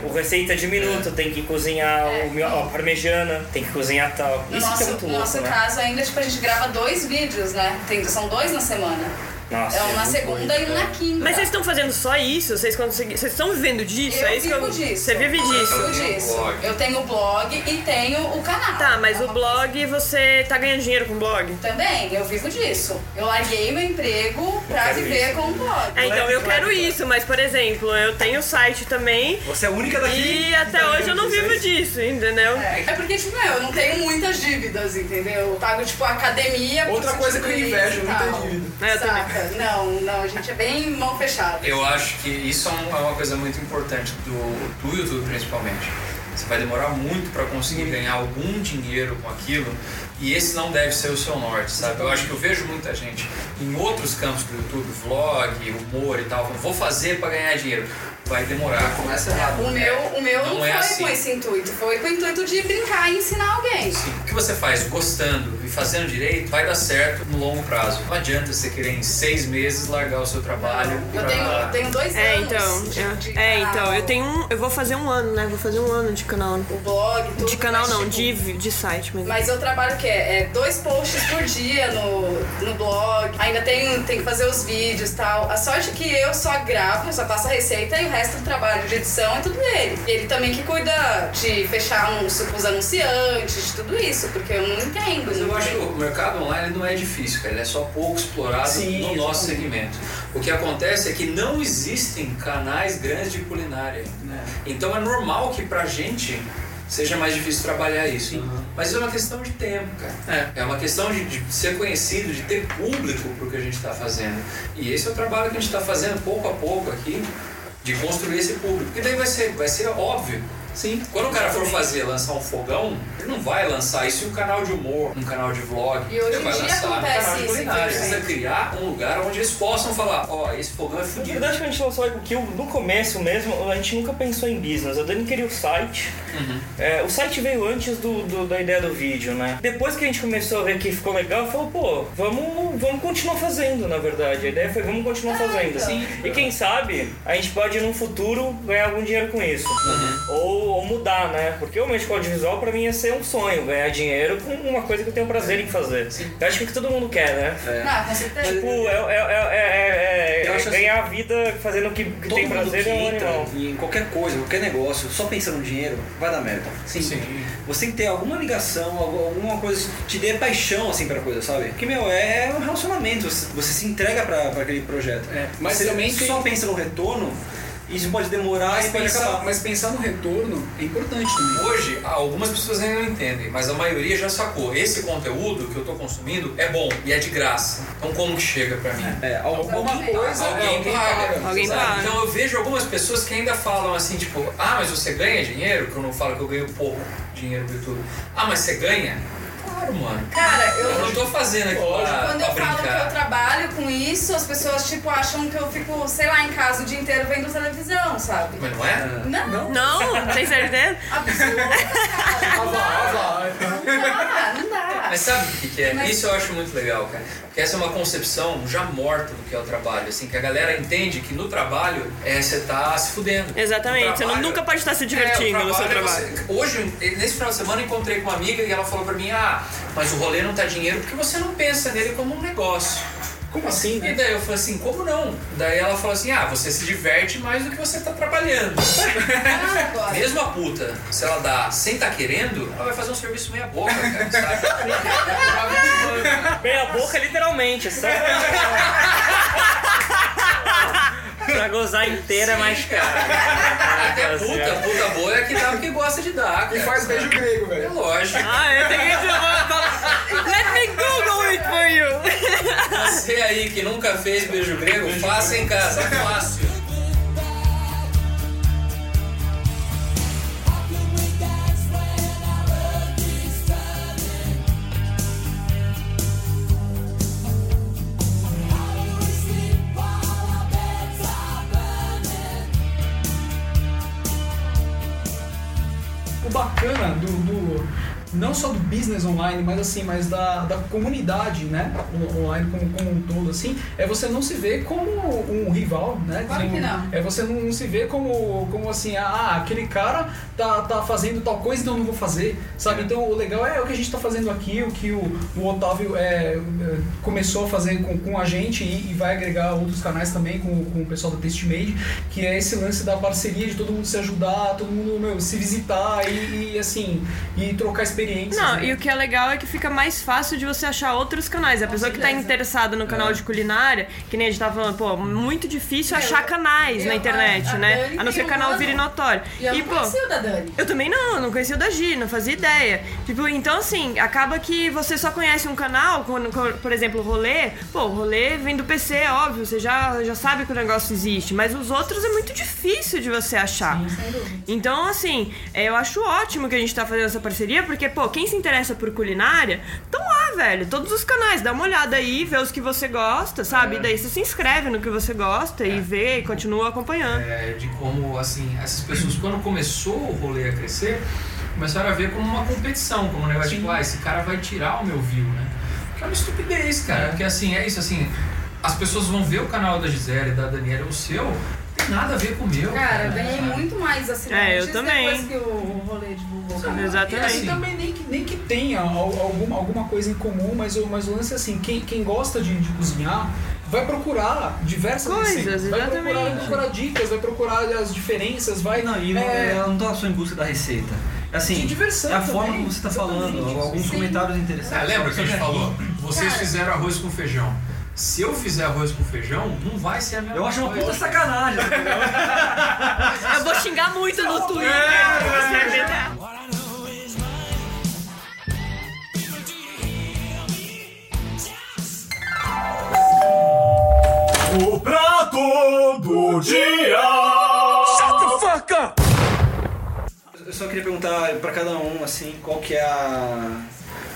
Speaker 6: o receita de minuto, tem que cozinhar o mio- a parmejana, tem que cozinhar tal.
Speaker 5: É. No
Speaker 6: Isso
Speaker 5: nosso,
Speaker 6: que é muito
Speaker 5: no
Speaker 6: louco,
Speaker 5: nosso
Speaker 6: né?
Speaker 5: caso, ainda, tipo, a gente grava dois vídeos, né? Tem- são dois na semana.
Speaker 6: Nossa,
Speaker 5: é um na
Speaker 6: muito
Speaker 5: segunda e um na quinta.
Speaker 4: Mas vocês estão fazendo só isso? Vocês conseguem. Vocês estão vivendo disso?
Speaker 5: Eu
Speaker 4: é isso
Speaker 5: vivo
Speaker 4: que eu...
Speaker 5: disso.
Speaker 4: Você vive disso?
Speaker 5: Eu vivo disso. Eu tenho o blog e tenho o canal.
Speaker 4: Tá, mas o blog, você tá ganhando dinheiro com o blog?
Speaker 5: Também, eu vivo disso. Eu larguei meu emprego pra
Speaker 4: quero
Speaker 5: viver
Speaker 4: isso.
Speaker 5: com o blog.
Speaker 4: É, então eu quero isso, mas por exemplo, eu tenho site também.
Speaker 7: Você é a única daqui tá
Speaker 4: E até hoje eu não vivo disso, entendeu?
Speaker 5: É é porque, tipo, meu, eu não tenho muitas dívidas, entendeu? Eu pago, tipo, a academia.
Speaker 4: Outra coisa que eu invejo, não tem
Speaker 5: dívida. Saca? Não, não, a gente é bem mão fechada.
Speaker 8: Eu acho que isso é um- é uma coisa muito importante do, do YouTube, principalmente. Você vai demorar muito para conseguir ganhar algum dinheiro com aquilo e esse não deve ser o seu norte, sabe? Eu acho que eu vejo muita gente em outros campos do YouTube, vlog, humor e tal, falando, vou fazer para ganhar dinheiro. Vai demorar. Começa errado.
Speaker 5: né? O meu, o meu não,
Speaker 8: Não
Speaker 5: foi
Speaker 8: é assim.
Speaker 5: com esse intuito, foi com o intuito de brincar e ensinar alguém.
Speaker 8: O que você faz gostando e fazendo direito vai dar certo no longo prazo. Não adianta você querer em seis meses largar o seu trabalho.
Speaker 5: Eu
Speaker 8: pra-
Speaker 5: tenho, eu tenho dois
Speaker 4: É,
Speaker 5: anos.
Speaker 4: então.
Speaker 5: de
Speaker 4: eu- É, então, eu tenho um. Eu vou fazer um ano, né? Vou fazer um ano de canal. O
Speaker 5: blog, tudo.
Speaker 4: De canal
Speaker 5: mas,
Speaker 4: não,
Speaker 5: tipo,
Speaker 4: de, vi- de site mesmo.
Speaker 5: Mas eu trabalho o quê? É dois posts por dia no, no blog. Ainda tem, tem que fazer os vídeos e tal. A sorte é que eu só gravo, eu só faço a receita e o resto do trabalho de edição é tudo dele. E ele também que cuida de fechar uns, os anunciantes, de tudo isso, porque eu não entendo.
Speaker 8: Mas eu
Speaker 5: não
Speaker 8: acho que
Speaker 5: sei.
Speaker 8: o mercado online não é difícil, cara. Ele é só pouco explorado
Speaker 5: Sim,
Speaker 8: no nosso segmento. O que acontece é que não existem canais grandes de culinária. Então é normal que pra gente seja mais difícil trabalhar isso. Mas isso é uma questão de tempo, cara. É, uma questão de, de ser conhecido, de ter público pro que a gente está fazendo. E esse é o trabalho que a gente está fazendo pouco a pouco aqui, de construir esse público. E daí vai ser, vai ser óbvio. Sim. Quando o cara for fazer, lançar um fogão, ele não vai lançar isso em um canal de humor, um canal de vlog.
Speaker 5: E hoje
Speaker 8: ele
Speaker 5: em
Speaker 8: vai
Speaker 5: dia
Speaker 8: lançar um
Speaker 5: acontece
Speaker 8: canal de
Speaker 5: isso,
Speaker 8: culinária. Precisa
Speaker 5: infelizmente.
Speaker 8: criar um lugar onde eles possam falar, ó, esse fogão é
Speaker 6: Na
Speaker 8: fudido.
Speaker 6: verdade, quando a gente lançou o Kill, no começo mesmo, a gente nunca pensou em business. A Dani queria o site. É, o site veio antes do, do- da ideia do vídeo, né? Depois que a gente começou a ver que ficou legal, falou, pô, vamos, vamos continuar fazendo, na verdade. A ideia foi, vamos continuar fazendo.
Speaker 8: Sim.
Speaker 6: E quem sabe, a gente pode, num futuro, ganhar algum dinheiro com isso. Ou, ou mudar, né? Porque o meu audiovisual, pra mim, ia ser um sonho. Ganhar dinheiro com uma coisa que eu tenho prazer em fazer. Eu acho que é o que todo mundo quer, né?
Speaker 5: Ah, com certeza.
Speaker 6: Tipo, é, é, é, é, é, é,
Speaker 7: Eu acho assim,
Speaker 6: ganhar a vida fazendo o que, que
Speaker 7: Todo
Speaker 6: tem
Speaker 7: mundo
Speaker 6: prazer
Speaker 7: que
Speaker 6: é um
Speaker 7: entra
Speaker 6: animal.
Speaker 7: em qualquer coisa, qualquer negócio, só pensando no dinheiro, vai dar merda. Sim. Você tem que ter alguma ligação, algu- alguma coisa que te dê paixão, assim, pra coisa, sabe? Porque, meu, é um relacionamento. Você você se entrega pra, pra aquele projeto.
Speaker 2: mas
Speaker 7: você
Speaker 2: também tem-
Speaker 7: só pensa no retorno, isso pode demorar
Speaker 2: Mas
Speaker 7: e pode
Speaker 2: pensar,
Speaker 7: acabar.
Speaker 2: mas pensar no retorno é importante também.
Speaker 8: Hoje, algumas pessoas ainda não entendem, mas a maioria já sacou. Esse conteúdo que eu tô consumindo é bom e é de graça. Então como que chega pra mim?
Speaker 7: É,
Speaker 8: alguma coisa, alguém que paga.
Speaker 4: Alguém
Speaker 8: sabe?
Speaker 4: paga.
Speaker 8: Então eu vejo algumas pessoas que ainda falam assim, tipo, ah, mas você ganha dinheiro? Que eu não falo que eu ganho pouco dinheiro do YouTube. Ah, mas você ganha? Claro, mano.
Speaker 5: Cara, eu-
Speaker 8: não tô fazendo aqui pra,
Speaker 5: Quando
Speaker 8: pra
Speaker 5: eu falo que eu
Speaker 8: brincar.
Speaker 5: trabalho com isso, as pessoas, tipo, acham que eu fico, sei lá, em casa o dia inteiro vendo televisão, sabe?
Speaker 8: Mas não é?
Speaker 5: Não. Não?
Speaker 4: Não? Tem certeza?
Speaker 5: É. Ah, não dá.
Speaker 8: Mas sabe o que, que é?
Speaker 5: Mas-
Speaker 8: Isso eu acho muito legal, cara. Porque essa é uma concepção já morta do que é o trabalho. Assim, que a galera entende que no trabalho é, você tá se fudendo.
Speaker 4: Exatamente,
Speaker 8: O
Speaker 4: você não- nunca pode estar se
Speaker 8: É, o
Speaker 4: divertindo no seu trabalho.
Speaker 8: é você- hoje, nesse final de semana, eu encontrei com uma amiga e ela falou pra mim: ah, mas o rolê não tá dinheiro porque você não pensa nele como um negócio. Como assim? E daí eu falei assim, como não? Daí ela falou assim, ah, você se diverte mais do que você tá trabalhando. Mesmo a puta, se ela dá sem tá querendo, ela vai fazer um serviço meia boca, cara, sabe?
Speaker 6: Meia boca literalmente, sabe? pra gozar inteira é mais cara.
Speaker 8: Até puta, puta boa é que dá porque gosta de dar. E faz beijo grego, velho. É lógico.
Speaker 4: Ah, eu tenho que Let me Google it for you!
Speaker 8: Você aí que nunca fez beijo grego, faça em casa, é fácil.
Speaker 2: o bacana do, do- não só do business online, mas assim, mas da, da comunidade, né, on- online como, como um todo, assim, é você não se ver como um rival, né?
Speaker 5: Claro
Speaker 2: como-
Speaker 5: que não.
Speaker 2: É você não, não se ver como, como assim, ah, aquele cara tá, tá fazendo tal coisa, então eu não vou fazer, sabe? Então o legal é o que a gente tá fazendo aqui, o que o, o Otávio é, é, começou a fazer com, com a gente e, e vai agregar outros canais também com, com o pessoal da Taste Made, que é esse lance da parceria, de todo mundo se ajudar, todo mundo, meu, se visitar e, e, assim, e trocar experiências.
Speaker 4: Não,
Speaker 2: né?
Speaker 4: e o que é legal é que fica mais fácil de você achar outros canais. A pessoa que tá interessada no canal de culinária, que nem a gente tava falando, pô, muito difícil achar canais
Speaker 5: É, eu-
Speaker 4: na
Speaker 5: a-
Speaker 4: internet,
Speaker 5: a
Speaker 4: né?
Speaker 5: Dani
Speaker 4: A não ser que o
Speaker 5: tem um
Speaker 4: canal
Speaker 5: ano.
Speaker 4: vire notório.
Speaker 5: E eu não conhecia o da Dani.
Speaker 4: Eu também não, eu não conhecia o da Gi, não fazia ideia. Tipo, então assim, acaba que você só conhece um canal, quando, quando, por exemplo, o rolê, pô, o rolê vem do PC, óbvio, você já, já sabe que o negócio existe, mas os outros é muito difícil de você achar. Então, assim, é, eu acho ótimo que a gente tá fazendo essa parceria, porque, pô, quem se interessa por culinária, tão lá, velho. Todos os canais, dá uma olhada aí, vê os que você gosta, sabe?
Speaker 8: É.
Speaker 4: E daí você se inscreve no que você gosta e vê e continua acompanhando.
Speaker 8: É, de como, assim, essas pessoas, quando começou o rolê a crescer, começaram a ver como uma competição, como um negócio tipo, ah, esse cara vai tirar o meu view, né? Que é uma estupidez, cara. Porque, assim, é isso, assim, as pessoas vão ver o canal da Gisele, da Daniela, o seu, não tem nada a ver com o meu.
Speaker 5: Cara, eu
Speaker 8: né,
Speaker 5: ganhei
Speaker 8: sabe?
Speaker 5: muito mais assinantes
Speaker 8: É, eu também.
Speaker 5: depois que o rolê divulgou. o canal.
Speaker 2: E assim, também nem que, nem que tenha al- alguma, alguma coisa em comum, mas, o- mas o lance é assim, quem, quem gosta de, de cozinhar vai procurar diversas
Speaker 4: Coisas,
Speaker 2: receitas, vai procurar, vai
Speaker 4: exatamente.
Speaker 2: procurar dicas, vai procurar as diferenças, vai...
Speaker 19: Não, e não-
Speaker 2: é,
Speaker 19: ela não tá só em busca da receita. Assim,
Speaker 2: De diversão
Speaker 19: é a
Speaker 2: também,
Speaker 19: forma como você tá falando, alguns comentários interessantes.
Speaker 7: É.
Speaker 8: Ah, lembra que a gente falou? Vocês
Speaker 19: Cara.
Speaker 8: fizeram arroz com feijão. Se eu fizer arroz com feijão, não vai ser a mesma
Speaker 19: Eu acho uma
Speaker 8: coisa.
Speaker 19: puta sacanagem.
Speaker 4: Eu vou xingar muito no Twitter. você acredita?
Speaker 13: O prato do dia!
Speaker 7: Shut the fuck up! Eu só queria perguntar pra cada um, assim, qual que é a...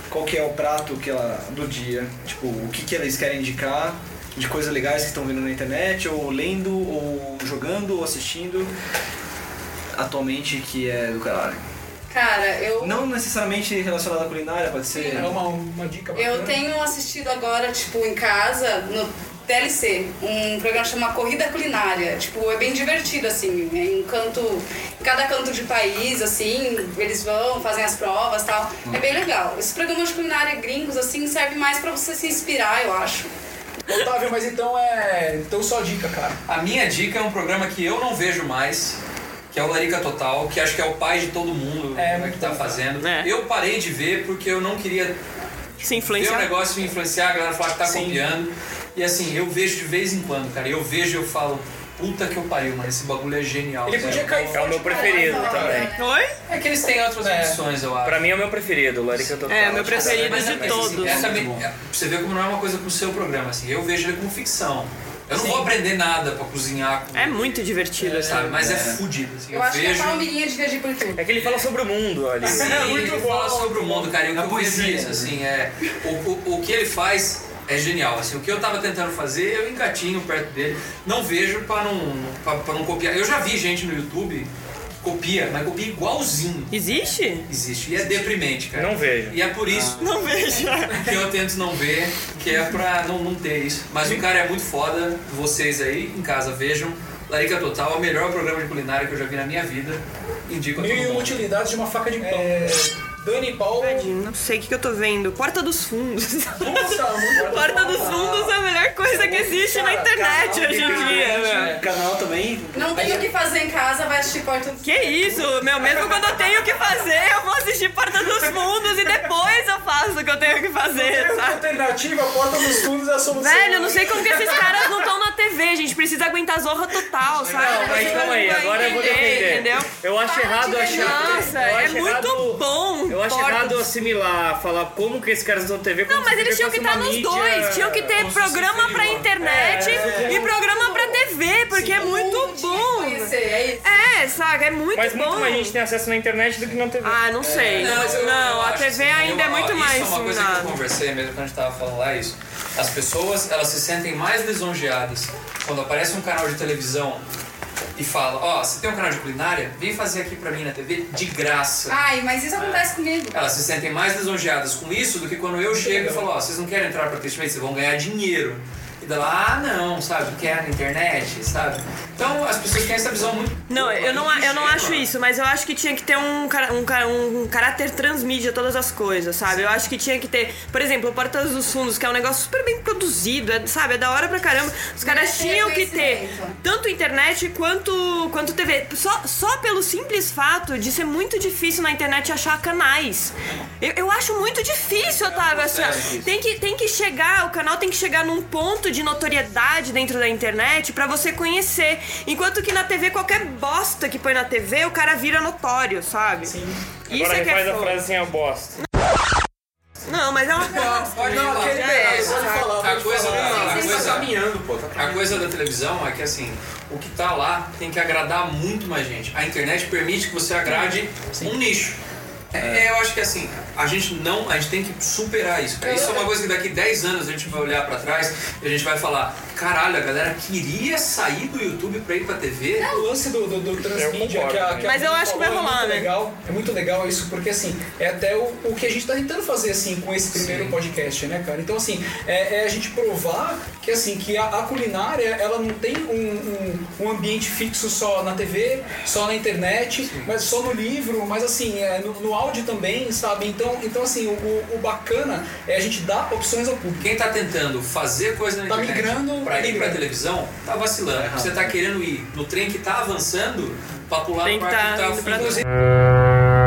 Speaker 7: Qual que é o prato que ela, do dia? Tipo, o que, que eles querem indicar de coisas legais que estão vendo na internet, ou lendo, ou jogando, ou assistindo atualmente que é do caralho.
Speaker 5: Cara, eu,
Speaker 7: Não necessariamente relacionado à culinária, pode ser.
Speaker 2: É uma, uma dica
Speaker 5: eu tenho assistido agora, tipo, em casa, no TLC, um programa chamado Corrida Culinária. Tipo, é bem divertido, assim, é em canto, em cada canto de país, assim, eles vão, fazem as provas e tal. É bem legal. Esses programas de culinária gringos, assim, serve mais pra você se inspirar, eu acho.
Speaker 2: Otávio, mas então é. Então só dica, cara.
Speaker 8: A minha dica é um programa que eu não vejo mais, que é o Larica Total, que acho que é o pai de todo mundo que tá fazendo.
Speaker 4: É.
Speaker 8: Eu parei de ver porque eu não queria
Speaker 4: se
Speaker 8: ver
Speaker 4: influenciar.
Speaker 8: o negócio me influenciar, a galera falar que tá copiando. E assim, eu vejo de vez em quando, cara. Eu vejo e eu falo, puta que eu pariu, mano, esse bagulho é genial.
Speaker 6: Ele podia
Speaker 8: sabe?
Speaker 6: cair É o meu preferido
Speaker 7: né?
Speaker 6: também.
Speaker 4: Oi?
Speaker 8: É que eles têm outras opções, eu acho.
Speaker 6: Pra mim é o meu preferido, o Larica Total.
Speaker 4: É, meu
Speaker 6: Acho que
Speaker 4: preferido
Speaker 6: essa-
Speaker 4: de todos.
Speaker 8: Essa me- é, pra você ver como não é uma coisa pro seu programa, assim. Eu vejo ele como ficção. Eu não vou aprender nada pra cozinhar. Com...
Speaker 4: É muito divertido,
Speaker 8: sabe? Mas é,
Speaker 6: É.
Speaker 8: fudido, assim. Eu,
Speaker 5: Eu acho que é
Speaker 8: vejo...
Speaker 5: só amiguinha de viagem por tudo.
Speaker 6: É que ele fala sobre o mundo ali.
Speaker 8: Sim, ele fala sobre o mundo, cara. E o que eu vejo é isso, assim, é. O, o, o que ele faz é genial. Assim, o que eu tava tentando fazer, eu engatinho perto dele. Não vejo pra não, pra, pra não copiar. Eu já vi gente no YouTube que copia, mas copia igualzinho.
Speaker 4: Existe?
Speaker 8: Existe. E é deprimente, cara.
Speaker 6: Não vejo.
Speaker 8: E é por isso.
Speaker 4: Não vejo.
Speaker 8: Que eu tento não ver, que é pra não, não ter isso. Mas o cara é muito foda, vocês aí em casa vejam. Larica Total é o melhor programa de culinária que eu já vi na minha vida. Indico a todo
Speaker 2: Mil e
Speaker 8: mundo. É.
Speaker 2: uma utilidades de uma faca de pão. Dani e Paulo.
Speaker 4: Não sei o que, que eu tô vendo. Porta dos Fundos.
Speaker 2: Nossa, muito
Speaker 4: Porta dos Fundos é a melhor coisa que existe na internet hoje em dia,
Speaker 7: É,
Speaker 4: meu.
Speaker 20: Canal também.
Speaker 5: Não tem o que fazer em casa, tipo, vai assistir Porta dos
Speaker 4: Que isso, meu, mesmo quando eu tenho o que fazer, eu vou assistir Porta dos Fundos e depois eu faço o que eu tenho que fazer,
Speaker 2: Tem
Speaker 4: sabe?
Speaker 2: alternativa, a porta dos fundos é a solução.
Speaker 4: Velho, eu não sei como que esses caras não estão na TV, a gente precisa aguentar zorra total, sabe?
Speaker 6: Não, mas calma aí, agora eu vou defender.
Speaker 4: Entendeu?
Speaker 6: Eu acho
Speaker 4: Para
Speaker 6: errado
Speaker 4: de
Speaker 6: achar.
Speaker 4: Nossa,
Speaker 6: eu
Speaker 4: é
Speaker 6: acho
Speaker 4: muito
Speaker 6: errado-
Speaker 4: bom.
Speaker 6: Eu acho
Speaker 4: Porta
Speaker 6: errado
Speaker 4: dos-
Speaker 6: assimilar, falar como que esses caras estão na TV.
Speaker 4: Não, mas eles tinham que estar nos dois. Tinham que ter programa pra internet
Speaker 6: É, é.
Speaker 4: e programa pra TV, porque é muito bom. É, saca? É muito
Speaker 6: Mas muito
Speaker 4: bom.
Speaker 6: mais gente tem acesso na internet do que na TV.
Speaker 4: Ah, não sei.
Speaker 8: É, mas eu- eu
Speaker 4: não, a
Speaker 8: acho,
Speaker 4: TV
Speaker 8: assim,
Speaker 4: ainda
Speaker 8: eu-
Speaker 4: é muito
Speaker 8: isso
Speaker 4: mais.
Speaker 8: Isso é uma coisa que eu
Speaker 4: nada.
Speaker 8: conversei mesmo quando a gente tava falando lá, é isso. As pessoas, elas se sentem mais lisonjeadas quando aparece um canal de televisão e fala, ó, você tem um canal de culinária? Vem fazer aqui pra mim na TV de graça.
Speaker 5: Ai, mas isso acontece comigo.
Speaker 8: Elas se sentem mais lisonjeadas com isso do que quando eu chego e falo, ó, vocês não querem entrar pra Twitch, mas vocês vão ganhar dinheiro. E dela, ah, não, sabe, quer na internet, sabe? Então, as pessoas têm essa visão muito...
Speaker 4: Não, eu não, a- eu não acho isso, mas eu acho que tinha que ter um, cara- um, cara- um caráter transmídia todas as coisas, sabe? Eu acho que tinha que ter, por exemplo, o Portas dos Fundos, que é um negócio super bem produzido, é, sabe? É da hora pra caramba. Os
Speaker 8: é
Speaker 4: caras tinham que ter tanto internet quanto, quanto TV. Só, só pelo simples fato de ser muito difícil na internet achar canais. Eu, eu acho muito difícil, Otávio. assim, ó,
Speaker 5: consegue.
Speaker 4: tem que, tem que chegar, o canal tem que chegar num ponto de notoriedade dentro da internet pra você conhecer. Enquanto que na TV, qualquer bosta que põe na TV, o cara vira notório, sabe? Sim. Isso
Speaker 6: Agora
Speaker 4: é que
Speaker 6: refaz
Speaker 4: é
Speaker 6: a
Speaker 4: foda.
Speaker 6: frase assim, ó, bosta.
Speaker 4: Não, mas é uma bosta.
Speaker 8: Pode
Speaker 4: né?
Speaker 8: falar,
Speaker 4: Já
Speaker 8: pode
Speaker 4: é,
Speaker 8: falar,
Speaker 4: sabe?
Speaker 8: pode falar. A coisa da- a
Speaker 4: Vocês
Speaker 8: coisa-
Speaker 4: estão caminhando,
Speaker 8: A coisa da televisão é que assim, o que tá lá tem que agradar muito mais gente. A internet permite que você agrade um nicho. É, eu acho que assim, a gente não, a gente tem que superar isso. cara. Isso é uma coisa que daqui 10 anos a gente vai olhar pra trás e a gente vai falar, caralho, a galera queria sair do YouTube pra ir pra TV.
Speaker 2: O lance do, do, do transmídia
Speaker 8: concordo,
Speaker 2: que a,
Speaker 8: né?
Speaker 2: que a
Speaker 8: Mas eu
Speaker 2: Manu
Speaker 8: acho que
Speaker 2: falou
Speaker 8: vai
Speaker 2: é
Speaker 8: rolar,
Speaker 2: muito
Speaker 8: né?
Speaker 2: Legal, é muito legal isso, porque assim, é até o, o que a gente tá tentando fazer assim com esse primeiro podcast, né, cara? Então, assim, é, é a gente provar que assim, que a, a culinária ela não tem um, um, um ambiente fixo só na TV, só na internet, mas só no livro, mas assim, é, no, no áudio também, sabe? Então, então assim, o, o- o bacana é a gente dar opções ao público.
Speaker 8: Quem tá tentando fazer coisa na
Speaker 2: Tá
Speaker 8: internet
Speaker 2: migrando,
Speaker 8: pra ir pra
Speaker 2: migrando.
Speaker 8: televisão, tá vacilando.
Speaker 2: errado.
Speaker 8: Você tá querendo ir no trem que tá avançando pra pular
Speaker 4: Tem
Speaker 8: no
Speaker 4: que
Speaker 8: barco
Speaker 4: tá
Speaker 8: que tá
Speaker 4: indo pra
Speaker 8: afundando.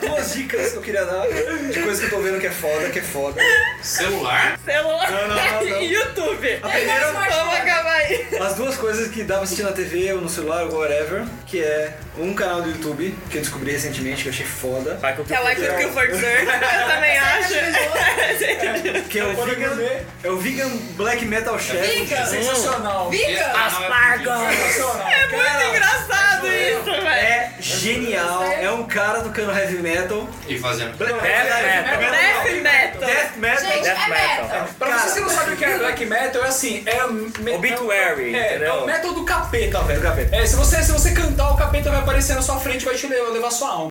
Speaker 7: Duas dicas que eu queria dar de coisas que eu tô vendo que é foda, que é foda.
Speaker 8: Celular?
Speaker 4: Celular
Speaker 7: Não, não, não.
Speaker 4: YouTube.
Speaker 2: É.
Speaker 7: A primeira-
Speaker 4: Vamos acabar aí.
Speaker 7: As duas coisas que dava assistir na TV ou no celular ou whatever, que é um canal do YouTube, que eu descobri recentemente, que eu achei foda.
Speaker 4: Que é o I Could Kill for Dessert, eu também
Speaker 5: é
Speaker 4: acho.
Speaker 7: Que é o Vegan, é o Vegan Black Metal Chef.
Speaker 4: Vegan.
Speaker 7: Sensacional.
Speaker 4: Vegan. Aspargos. É muito engraçado isso, velho.
Speaker 7: É genial. É um cara tocando heavy metal.
Speaker 8: E fazendo.
Speaker 7: Black
Speaker 4: Death Metal.
Speaker 7: Death metal.
Speaker 2: Gente,
Speaker 7: Death
Speaker 2: é
Speaker 7: metal.
Speaker 2: metal. Pra
Speaker 7: Cara,
Speaker 2: você que não sabe o que é black metal, é assim, é... Me, Obituary, é, é o metal do capeta, velho. É, se você, se você cantar, o capeta vai aparecer na sua frente e vai te levar, levar sua alma.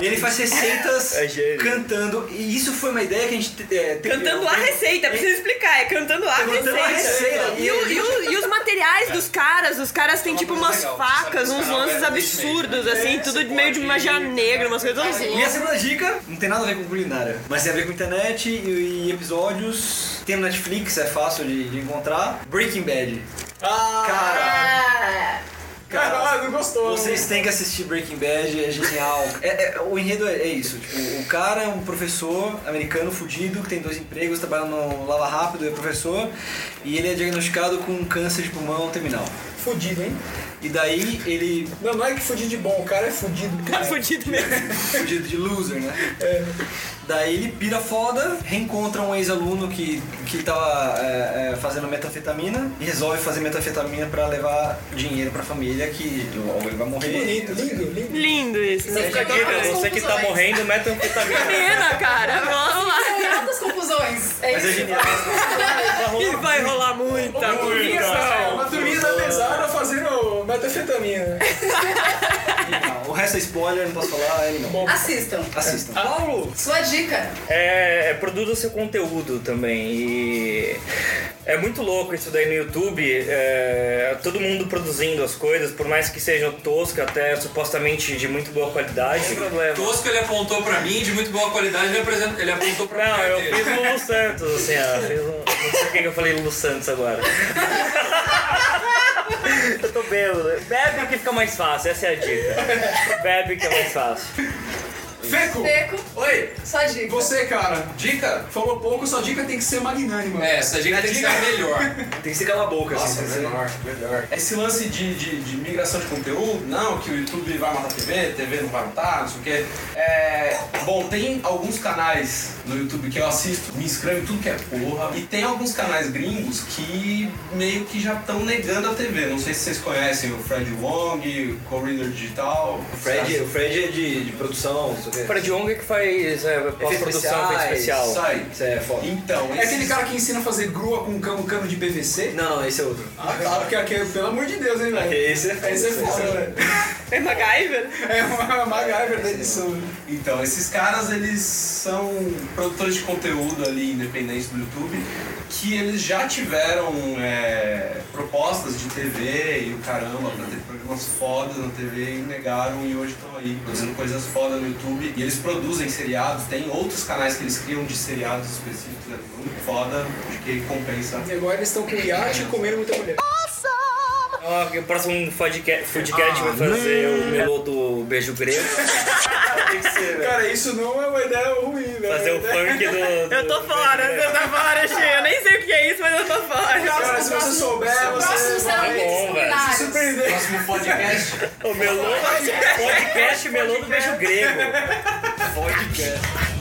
Speaker 7: E ele faz receitas
Speaker 4: É
Speaker 7: cantando. E isso foi uma ideia que a gente é, teve-
Speaker 4: Cantando a receita, precisa explicar, é cantando a
Speaker 7: Cantando a
Speaker 4: receita.
Speaker 7: receita.
Speaker 4: E, o- e o- e os materiais dos caras, os caras têm tipo umas facas, uns lances absurdos, assim, tudo de meio de magia negra, umas coisas assim.
Speaker 7: E a segunda dica não tem nada a ver com culinária, mas tem a ver com internet e, e episódios. Tem no Netflix, é fácil de, de encontrar. Breaking Bad. Cara. Cara, não gostou. Vocês têm que assistir Breaking Bad, é genial. É- é- o enredo é, é isso. Tipo, o cara é um professor americano fudido, que tem dois empregos, trabalha no Lava Rápido, é professor, e ele é diagnosticado com um câncer de pulmão terminal.
Speaker 2: Fudido, hein?
Speaker 7: E daí ele.
Speaker 2: Não, não é que fudido de bom, o cara é fudido. O cara é
Speaker 4: Tá fudido mesmo.
Speaker 7: fudido de loser, né? Daí ele pira foda, reencontra um ex-aluno que, que tava é, é, fazendo metafetamina e resolve fazer metafetamina pra levar dinheiro pra família que logo ele vai morrer.
Speaker 2: bonito, lindo, lindo.
Speaker 4: Lindo isso.
Speaker 7: Você
Speaker 6: Fica a dica, você que tá morrendo, metanfetamina.
Speaker 4: Menina, cara, vamos lá.
Speaker 5: Altas confusões. É
Speaker 6: Mas
Speaker 5: isso.
Speaker 6: é genial. Tá
Speaker 4: E vai rolar muita então.
Speaker 2: Não, tá, a turminha da pesada fazendo metafetamina.
Speaker 7: O resto é spoiler, não posso falar, é não.
Speaker 5: Assistam.
Speaker 7: Assistam.
Speaker 2: Ah.
Speaker 6: Paulo!
Speaker 5: Sua dica.
Speaker 6: É, é produza seu conteúdo também. E é muito louco isso daí no YouTube. é, todo mundo produzindo as coisas, por mais que seja tosca, até supostamente de muito boa qualidade. Sem problema.
Speaker 8: Tosco ele apontou pra mim, de muito boa qualidade, ele, apresenta- ele apontou pra
Speaker 6: Não,
Speaker 8: mim.
Speaker 6: eu fiz o Lulu Santos, assim, ó. Fiz um... Não sei por que que eu falei Lulu Santos agora. Eu tô bêbado. Bebe que fica mais fácil, essa é a dica. Bebe que é mais fácil.
Speaker 2: Feco!
Speaker 5: Feco.
Speaker 2: Oi!
Speaker 5: Só dica.
Speaker 2: Você, cara, dica? Falou pouco, sua dica tem que ser magnânima.
Speaker 8: É, essa dica tem que ser a melhor.
Speaker 7: Tem que ser cala a boca,
Speaker 16: Nossa,
Speaker 7: assim, né?
Speaker 16: melhor, melhor. Esse lance de, de, de migração de conteúdo, não, que o YouTube vai matar a TV, TV não vai matar, não sei o quê. É, bom, tem alguns canais no YouTube que eu assisto, me inscrevo em tudo que é porra. E tem alguns canais gringos que meio que já estão negando a TV. Não sei se vocês conhecem o Fred Wong, o Corridor Digital. O
Speaker 7: Fred, o Fred é de, de produção, não sei o quê.
Speaker 6: Para de ONG que faz é, pós-produção, efeito especial.
Speaker 7: Isso aí, isso aí é foda. Então,
Speaker 2: É aquele cara que ensina a fazer grua com um cano, cano de PVC?
Speaker 7: Não, não, esse é outro.
Speaker 2: Ah, claro, que aquele, pelo amor de Deus, hein, velho?
Speaker 7: Esse é
Speaker 2: Esse é foda, velho.
Speaker 4: É MacGyver?
Speaker 2: É uma MacGyver da edição.
Speaker 16: Então, esses caras, eles são produtores de conteúdo ali, independentes do YouTube, que eles já tiveram é, propostas de TV e o caramba, pra ter programas fodas na TV e negaram e hoje estão aí produzindo coisas fodas no YouTube. E eles produzem seriados, tem outros canais que eles criam de seriados específicos, é muito foda, acho que compensa.
Speaker 2: E agora eles estão com iate e comendo muita mulher.
Speaker 6: Ó, que O próximo podcast, podcast
Speaker 2: Ah,
Speaker 6: vai fazer o melô do beijo grego.
Speaker 2: Cara, isso não é uma ideia ruim, velho.
Speaker 6: Fazer o funk do,
Speaker 4: Eu tô fora, eu tô fora, Xê. Eu nem sei o que é isso, mas eu tô fora.
Speaker 2: Cara, se você souber, você
Speaker 5: um
Speaker 2: vai se surpreender.
Speaker 16: Próximo podcast.
Speaker 6: O melô, podcast melô do beijo grego.
Speaker 7: Podcast.